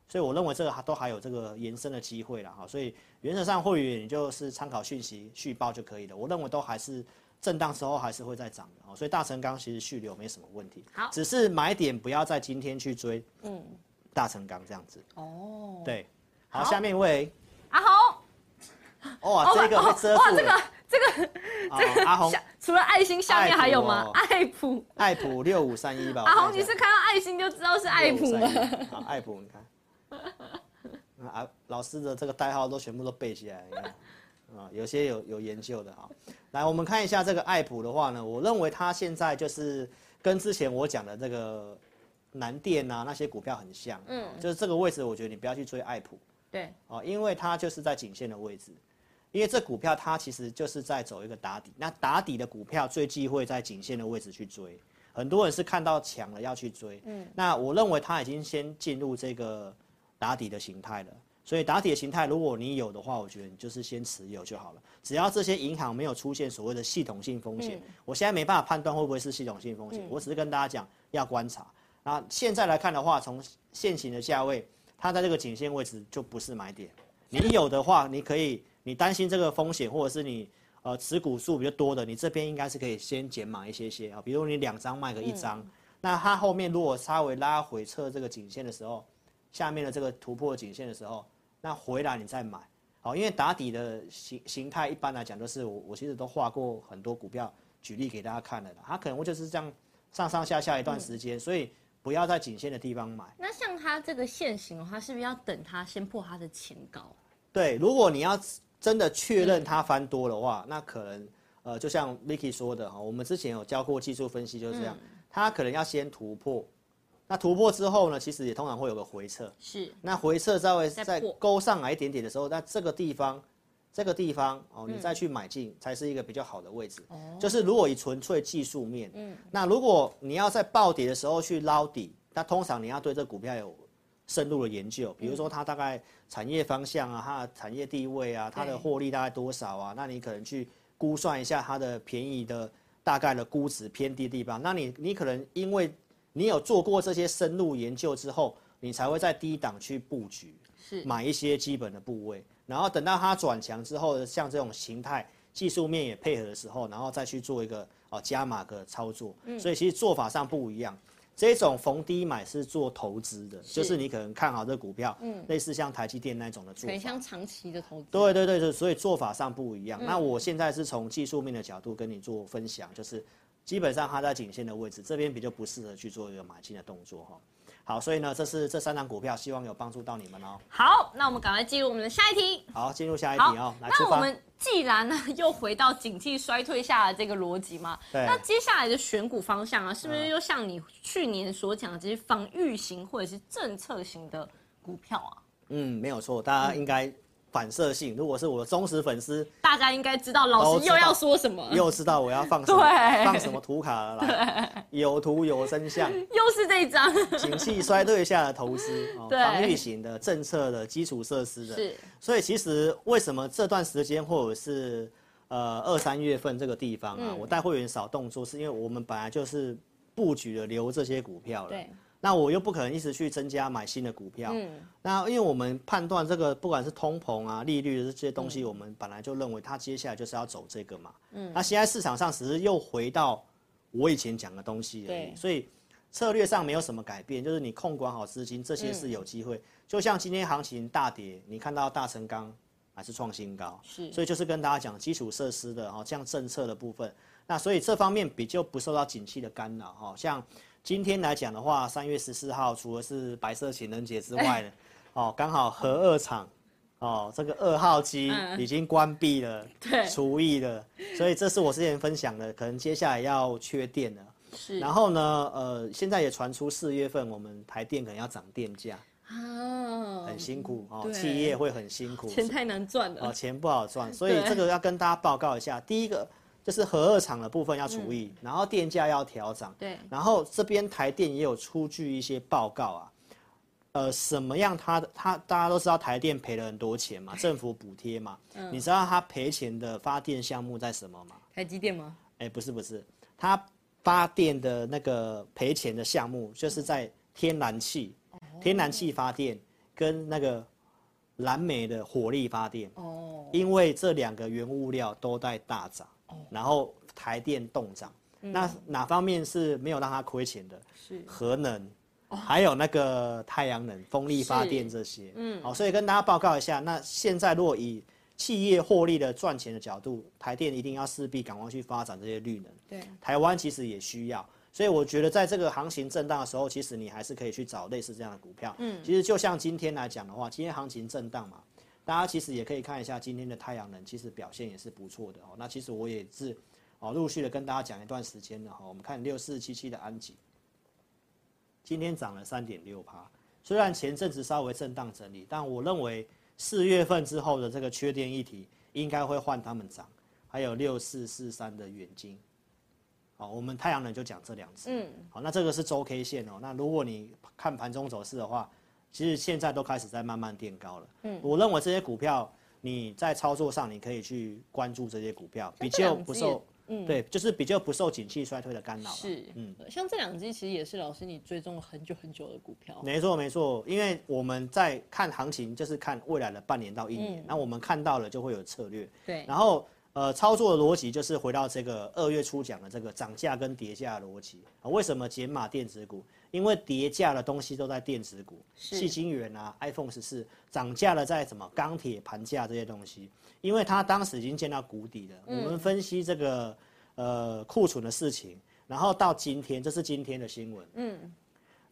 [SPEAKER 2] 所以我认为这个还都还有这个延伸的机会啦，哈，所以原则上会员你就是参考讯息续报就可以了。我认为都还是震荡之后还是会再涨的哦，所以大成钢其实续留没什么问题，
[SPEAKER 1] 好
[SPEAKER 2] 只是买点不要在今天去追，嗯，大成钢这样子，
[SPEAKER 1] 哦，
[SPEAKER 2] 对，好，
[SPEAKER 1] 好
[SPEAKER 2] 下面一位，
[SPEAKER 1] 阿红，
[SPEAKER 2] 哇，这个被遮
[SPEAKER 1] 哦哇，
[SPEAKER 2] 住
[SPEAKER 1] 这
[SPEAKER 2] 了
[SPEAKER 1] 个，这个
[SPEAKER 2] 啊阿 红
[SPEAKER 1] 下除了爱心下面还有吗？爱普，
[SPEAKER 2] 爱哦普六五三一吧，我
[SPEAKER 1] 阿
[SPEAKER 2] 看
[SPEAKER 1] 红，
[SPEAKER 2] 一
[SPEAKER 1] 你
[SPEAKER 2] 下
[SPEAKER 1] 是看到爱心就知道是爱普吗？
[SPEAKER 2] 653好，爱普，你看， 那啊，老师的这个代号都全部都背起来，你看， 啊，有些有有研究的啊。来，我们看一下这个爱普的话呢，我认为它现在就是跟之前我讲的这个南电啊那些股票很像，啊嗯，就是这个位置，我觉得你不要去追爱普
[SPEAKER 1] 对，
[SPEAKER 2] 啊，因为它就是在颈线的位置。因为这股票它其实就是在走一个打底，那打底的股票最忌讳在颈线的位置去追，很多人是看到强了要去追，嗯，那我认为它已经先进入这个打底的形态了。所以打底的形态，如果你有的话，我觉得你就是先持有就好了。只要这些银行没有出现所谓的系统性风险，我现在没办法判断会不会是系统性风险，我只是跟大家讲要观察。那现在来看的话，从现行的价位，它在这个颈线位置就不是买点。你有的话，你可以，你担心这个风险，或者是你呃持股数比较多的，你这边应该是可以先减码一些些啊，比如你两张卖个一张，那它后面如果稍微拉回测这个颈线的时候，下面的这个突破颈线的时候，那回来你再买，好，因为打底的形形态一般来讲都是我我其实都画过很多股票，举例给大家看了啦，它可能会就是这样上上下下一段时间，所以不要在颈线的地方买。
[SPEAKER 1] 那像它这个现行的话，是不是要等它先破它的前高？
[SPEAKER 2] 对，如果你要真的确认它翻多的话，那可能呃，就像 Vicky 说的哈，我们之前有教过技术分析就是这样，它可能要先突破，那突破之后呢，其实也通常会有个回撤，
[SPEAKER 1] 是，
[SPEAKER 2] 那回撤稍微
[SPEAKER 1] 再
[SPEAKER 2] 再
[SPEAKER 1] 破
[SPEAKER 2] 勾上来一点点的时候，那这个地方，这个地方哦，你
[SPEAKER 1] 嗯
[SPEAKER 2] 再去买进才是一个比较好的位置。
[SPEAKER 1] 哦
[SPEAKER 2] 就是如果以纯粹技术面，
[SPEAKER 1] 嗯
[SPEAKER 2] 那如果你要在暴跌的时候去捞底，那通常你要对这股票有深入的研究，比如
[SPEAKER 1] 嗯
[SPEAKER 2] 说它大概产业方向啊，它的产业地位啊，它的
[SPEAKER 1] 对
[SPEAKER 2] 获利大概多少啊，那你可能去估算一下它的便宜的大概的估值偏低的地方，那你你可能因为你有做过这些深入研究之后，你才会在低档去布局，
[SPEAKER 1] 是
[SPEAKER 2] 买一些基本的部位，然后等到它转强之后，像这种形态、技术面也配合的时候，然后再去做一个哦加码的操作。
[SPEAKER 1] 嗯
[SPEAKER 2] 所以其实做法上不一样。这种逢低买是做投资的，就是你可能看好这股票，类似像台积电那种的做
[SPEAKER 1] 嗯可能
[SPEAKER 2] 法
[SPEAKER 1] 像。长期的投资。
[SPEAKER 2] 对对对对，所以做法上不一样。那
[SPEAKER 1] 嗯
[SPEAKER 2] 我现在是从技术面的角度跟你做分享，就是基本上它在颈线的位置，这边比较不适合去做一个买进的动作哈。好，所以呢，这是这三档股票，希望有帮助到你们哦。
[SPEAKER 1] 好，那我们赶快进入我们的下一题。
[SPEAKER 2] 好，进入下一
[SPEAKER 1] 好
[SPEAKER 2] 题哦，，来出
[SPEAKER 1] 那我
[SPEAKER 2] 发。
[SPEAKER 1] 们既然呢又回到景气衰退下的这个逻辑嘛，
[SPEAKER 2] 对
[SPEAKER 1] 那接下来的选股方向啊，是
[SPEAKER 2] 嗯
[SPEAKER 1] 不是又像你去年所讲的这些防御型或者是政策型的股票啊？
[SPEAKER 2] 嗯，没有错，大家应该反射性，如果是我的忠实粉 丝，
[SPEAKER 1] 大家应该知道老
[SPEAKER 2] 都
[SPEAKER 1] 师
[SPEAKER 2] 知
[SPEAKER 1] 又
[SPEAKER 2] 道
[SPEAKER 1] 要说什么，
[SPEAKER 2] 又知道我要放什么
[SPEAKER 1] 对
[SPEAKER 2] 放什么图卡了啦，有图有真相。
[SPEAKER 1] 又 是这一张，
[SPEAKER 2] 景气衰退下的投资，哦、
[SPEAKER 1] 对
[SPEAKER 2] 防御型的政策的基础设施的，
[SPEAKER 1] 是
[SPEAKER 2] 所以其实为什么这段时间或者是呃二三月份这个地方
[SPEAKER 1] 嗯
[SPEAKER 2] 啊，我带会员少动作，是因为我们本来就是布局了留这些股票了。
[SPEAKER 1] 对。
[SPEAKER 2] 那我又不可能一直去增加买新的股票，
[SPEAKER 1] 嗯
[SPEAKER 2] 那因为我们判断这个不管是通膨啊、利率这些东西，我们本来就认为它接下来就是要走这个嘛。嗯，那现在市场上只是又回到我以前讲的东西而
[SPEAKER 1] 对
[SPEAKER 2] 已，所以策略上没有什么改变，就是你控管好资金，这些是有机会。就像今天行情大跌，你看到大成钢还是创新高，
[SPEAKER 1] 是
[SPEAKER 2] 所以就是跟大家讲基础设施的哈，像政策的部分，那所以这方面比较不受到景气的干扰哈。像今天来讲的话，三月十四号除了是白色情人节之 外呢，哦，刚好核二厂。哦，这个二号机已经关闭了，
[SPEAKER 1] 嗯对
[SPEAKER 2] 除役了，所以这是我之前分享的，可能接下来要缺电了。
[SPEAKER 1] 是
[SPEAKER 2] 然后呢，呃，现在也传出四月份我们台电可能要涨电价，
[SPEAKER 1] 啊，
[SPEAKER 2] 很辛苦哦，
[SPEAKER 1] 对
[SPEAKER 2] 企业会很辛苦，
[SPEAKER 1] 钱太难赚
[SPEAKER 2] 哦，
[SPEAKER 1] 了，
[SPEAKER 2] 钱不好赚，所以
[SPEAKER 1] 对
[SPEAKER 2] 这个要跟大家报告一下。第一个就是核二厂的部分要注意，然后电价要调涨，
[SPEAKER 1] 对
[SPEAKER 2] 然后这边台电也有出具一些报告啊，呃，什么样它的它大家都知道台电赔了很多钱嘛，政府补贴嘛，你知道它赔钱的发电项目在什么吗？
[SPEAKER 1] 台积电吗？
[SPEAKER 2] 哎、不是不是，它发电的那个赔钱的项目，就是在天然气、天然气发电跟那个燃煤的火力发电，
[SPEAKER 1] 哦，
[SPEAKER 2] 因为这两个原物料都在大涨，然后台电动涨。那哪方面是没有让它亏钱的？
[SPEAKER 1] 嗯是哦
[SPEAKER 2] 核能，还有那个太阳能、风力发电这些。嗯，好、所以跟大家报告一下，那现在如果以企业获利的赚钱的角度，台电一定要势必赶快去发展这些绿能。
[SPEAKER 1] 对，
[SPEAKER 2] 台湾其实也需要，所以我觉得在这个行情震荡的时候，其实你还是可以去找类似这样的股票。嗯，其实就像今天来讲的话，今天行情震荡嘛，大家其实也可以看一下今天的太阳能，其实表现也是不错的哦。那其实我也是哦，陆续的跟大家讲一段时间了哈、哦。我们看六四七七的安吉，今天涨了三点六趴，虽然前阵子稍微震荡整理，但我认为四月份之后的这个缺电议题应该会换他们涨，还有六四四三的远金。好，我们太阳能就讲这两只。嗯，好，那这个是周 K 线哦。那如果你看盘中走势的话，其实现在都开始在慢慢垫高了。嗯，我认为这些股票你在操作上你可以去关注这些股票，比
[SPEAKER 1] 像这
[SPEAKER 2] 较
[SPEAKER 1] 两
[SPEAKER 2] 不
[SPEAKER 1] 只
[SPEAKER 2] 受，对，就是比较不受景气衰退的干扰啦。
[SPEAKER 1] 嗯是，嗯，像这两只其实也是老师你追踪了很久很久的股票，
[SPEAKER 2] 没错没错，因为我们在看行情，就是看未来的半年到一年，那、我们看到了就会有策略。
[SPEAKER 1] 嗯对，
[SPEAKER 2] 然后呃，操作的逻辑就是回到这个二月初讲的这个涨价跟跌价的逻辑、啊为什么减码电子股？因为跌价的东西都在电子股，细晶元啊、iPhone 十四涨价了，在什么钢铁盘价这些东西，因为它当时已经见到谷底了。
[SPEAKER 1] 嗯
[SPEAKER 2] 我们分析这个呃库存的事情，然后到今天，这是今天的新闻，嗯，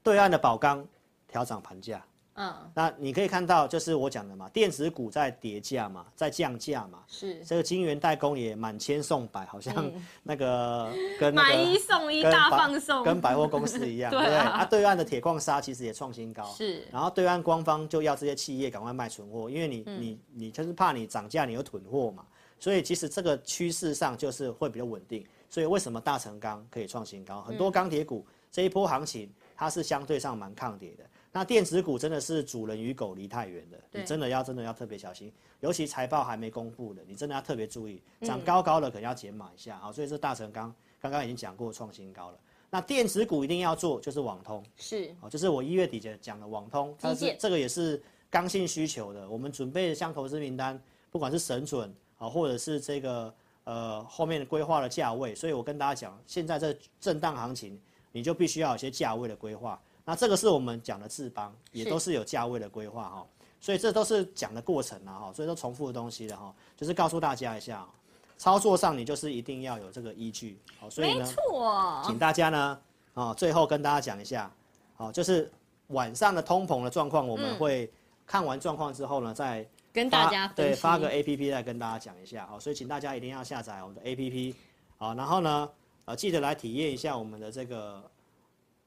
[SPEAKER 2] 对岸的宝钢调涨盘价。
[SPEAKER 1] 嗯，
[SPEAKER 2] 那你可以看到，就是我讲的嘛，电子股在跌价嘛，在降价嘛，
[SPEAKER 1] 是嗯
[SPEAKER 2] 这个金源代工也满千送百，好像那 个跟那
[SPEAKER 1] 买
[SPEAKER 2] 个
[SPEAKER 1] 一送一
[SPEAKER 2] 跟
[SPEAKER 1] 大
[SPEAKER 2] 百
[SPEAKER 1] 放送，
[SPEAKER 2] 跟百货公司 一样，
[SPEAKER 1] 对
[SPEAKER 2] 对
[SPEAKER 1] 啊
[SPEAKER 2] 不对？啊，对岸的铁矿砂其实也创新高，
[SPEAKER 1] 是
[SPEAKER 2] 然后对岸官方就要这些企业赶快卖存货，因为你
[SPEAKER 1] 嗯
[SPEAKER 2] 你你就是怕你涨价，你又囤货嘛。所以其实这个趋势上就是会比较稳定。所以为什么大成钢可以创新高？很多
[SPEAKER 1] 嗯
[SPEAKER 2] 钢铁股这一波行情它是相对上蛮抗跌的。那电子股真的是主人与狗离太远的，
[SPEAKER 1] 对
[SPEAKER 2] 你真的要真的要特别小心，尤其财报还没公布的，你真的要特别注意，
[SPEAKER 1] 嗯
[SPEAKER 2] 涨高高的可能要减码一下啊。所以这大成钢刚刚已经讲过创新高了。那电子股一定要做就是网通。
[SPEAKER 1] 是
[SPEAKER 2] 哦，就是我一月底讲讲的网通，它
[SPEAKER 1] 基
[SPEAKER 2] 是
[SPEAKER 1] 建
[SPEAKER 2] 这个也是刚性需求的。我们准备像投资名单，不管是神准啊、或者是这个呃后面规划的价位，所以我跟大家讲，现在这震荡行情，你就必须要有一些价位的规划。那这个是我们讲的智邦，也
[SPEAKER 1] 是
[SPEAKER 2] 都是有价位的规划哈。所以这都是讲的过程啊哈，所以都重复的东西了哈，就是告诉大家一下哦，操作上你就是一定要有这个依据。好，所以
[SPEAKER 1] 没
[SPEAKER 2] 呢，
[SPEAKER 1] 错，
[SPEAKER 2] 请大家呢，啊、最后跟大家讲一下，好、就是晚上的通膨的状况，我
[SPEAKER 1] 嗯
[SPEAKER 2] 们会看完状况之后呢，再
[SPEAKER 1] 跟
[SPEAKER 2] 发
[SPEAKER 1] 大家分
[SPEAKER 2] 对
[SPEAKER 1] 析
[SPEAKER 2] 发个 A P P 来跟大家讲一下，好、所以请大家一定要下载我们的 A P P，好，然后呢，呃，记得来体验一下我们的这个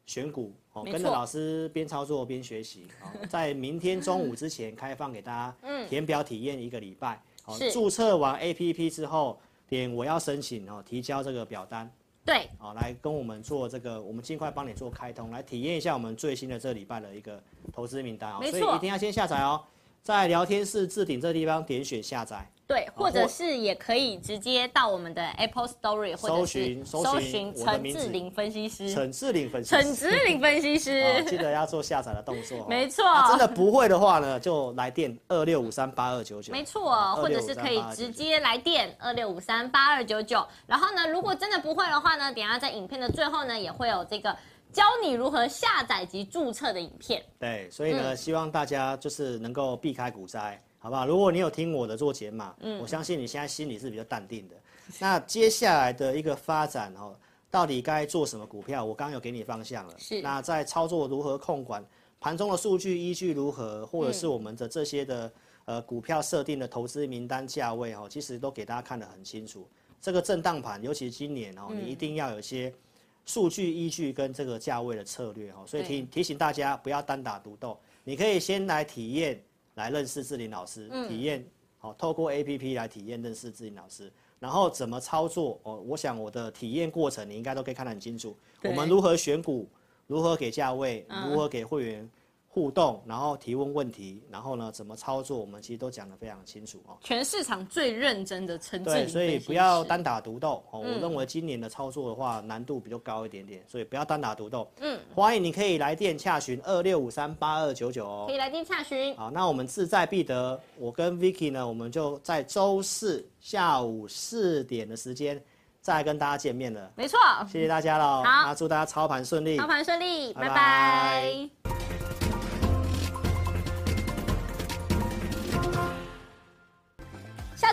[SPEAKER 2] 选股，哦，
[SPEAKER 1] 没
[SPEAKER 2] 跟着
[SPEAKER 1] 错
[SPEAKER 2] 老师边操作边学习，哦，在明天中午之前开放给大家填表体验一个礼拜，好、
[SPEAKER 1] 嗯是
[SPEAKER 2] 注册完 A P P 之后，点我要申请哦，提交这个表单。
[SPEAKER 1] 对，
[SPEAKER 2] 好，来跟我们做这个，我们尽快帮你做开通，来体验一下我们最新的这礼拜的一个投资名单哦。
[SPEAKER 1] 没
[SPEAKER 2] 所
[SPEAKER 1] 错
[SPEAKER 2] 以一定要先下载哦，在聊天室置顶这地方点选下载，
[SPEAKER 1] 对，
[SPEAKER 2] 好
[SPEAKER 1] 或者
[SPEAKER 2] 啊或
[SPEAKER 1] 是也可以直接到我们的 Apple Story 或者
[SPEAKER 2] 搜
[SPEAKER 1] 是
[SPEAKER 2] 寻
[SPEAKER 1] 搜
[SPEAKER 2] 搜
[SPEAKER 1] 寻
[SPEAKER 2] 寻我的
[SPEAKER 1] 陈
[SPEAKER 2] 名
[SPEAKER 1] 志
[SPEAKER 2] 字
[SPEAKER 1] 玲分析师，
[SPEAKER 2] 陈志玲粉丝，
[SPEAKER 1] 嗯 陈志玲分析
[SPEAKER 2] 哦
[SPEAKER 1] 师，
[SPEAKER 2] 记得要做下载的动作、哦。
[SPEAKER 1] 没错
[SPEAKER 2] 啊真的不会的话呢，就来电二六五三八二九 九。
[SPEAKER 1] 没错，
[SPEAKER 2] 哦
[SPEAKER 1] 或者是可以直接来电二六五三八二九九。然后呢，如果真的不会的话呢，等一下在影片的最后呢，也会有这个教你如何下载及注册的影片。
[SPEAKER 2] 对，所以呢，希望大家就是能够避开股灾，好不好？如果你有听我的做解码，我相信你现在心里是比较淡定的。那接下来的一个发展哦，到底该做什么股票？我刚刚有给你方向了。
[SPEAKER 1] 是
[SPEAKER 2] 那在操作如何控管，盘中的数据依据如何，或者是我们的这些的、呃股票设定的投资名单价位哦，其实都给大家看得很清楚。这个震荡盘，尤其今年哦，你一定要有一些数据依据跟这个价位的策略哦，所以提提醒大家不要单打独斗，你可以先来体验，来认识志玲老师，体验好、透过 A P P 来体验认识志玲老师，然后怎么操作哦，我想我的体验过程你应该都可以看得很清楚，我们如何选股，如何给价位，
[SPEAKER 1] 嗯
[SPEAKER 2] 如何给会员。互动，然后提问问题，然后呢，怎么操作，我们其实都讲得非常清楚哦。
[SPEAKER 1] 全市场最认真的陈志玲
[SPEAKER 2] 对，
[SPEAKER 1] 分析师，嗯
[SPEAKER 2] 所以不要单打独斗哦。我认为今年的操作的话，难度比较高一点点，所以不要单打独斗。嗯，欢迎你可以来电洽询二六五三八二九九哦
[SPEAKER 1] 可以。来电洽询。
[SPEAKER 2] 好，那我们志在必得，我跟 Vicky 呢，我们就在周四下午四点的时间再跟大家见面了。
[SPEAKER 1] 没错，
[SPEAKER 2] 谢谢大家喽，那祝大家操盘顺利。
[SPEAKER 1] 操盘顺利，
[SPEAKER 2] 拜
[SPEAKER 1] 拜
[SPEAKER 2] 拜
[SPEAKER 1] 拜下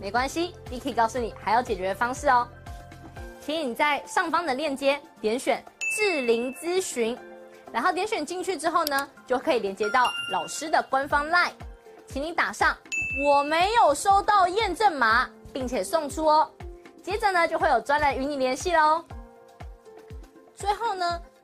[SPEAKER 1] 没关系，Vicky 告诉你还有解决方式哦。请你在上方的链接点选智灵咨询，然后点选进去之后呢，就可以连接到老师的官方 LINE，请你打上我没有收到验证码，并且送出哦。接着呢，就会有专人与你联系喽。最后呢，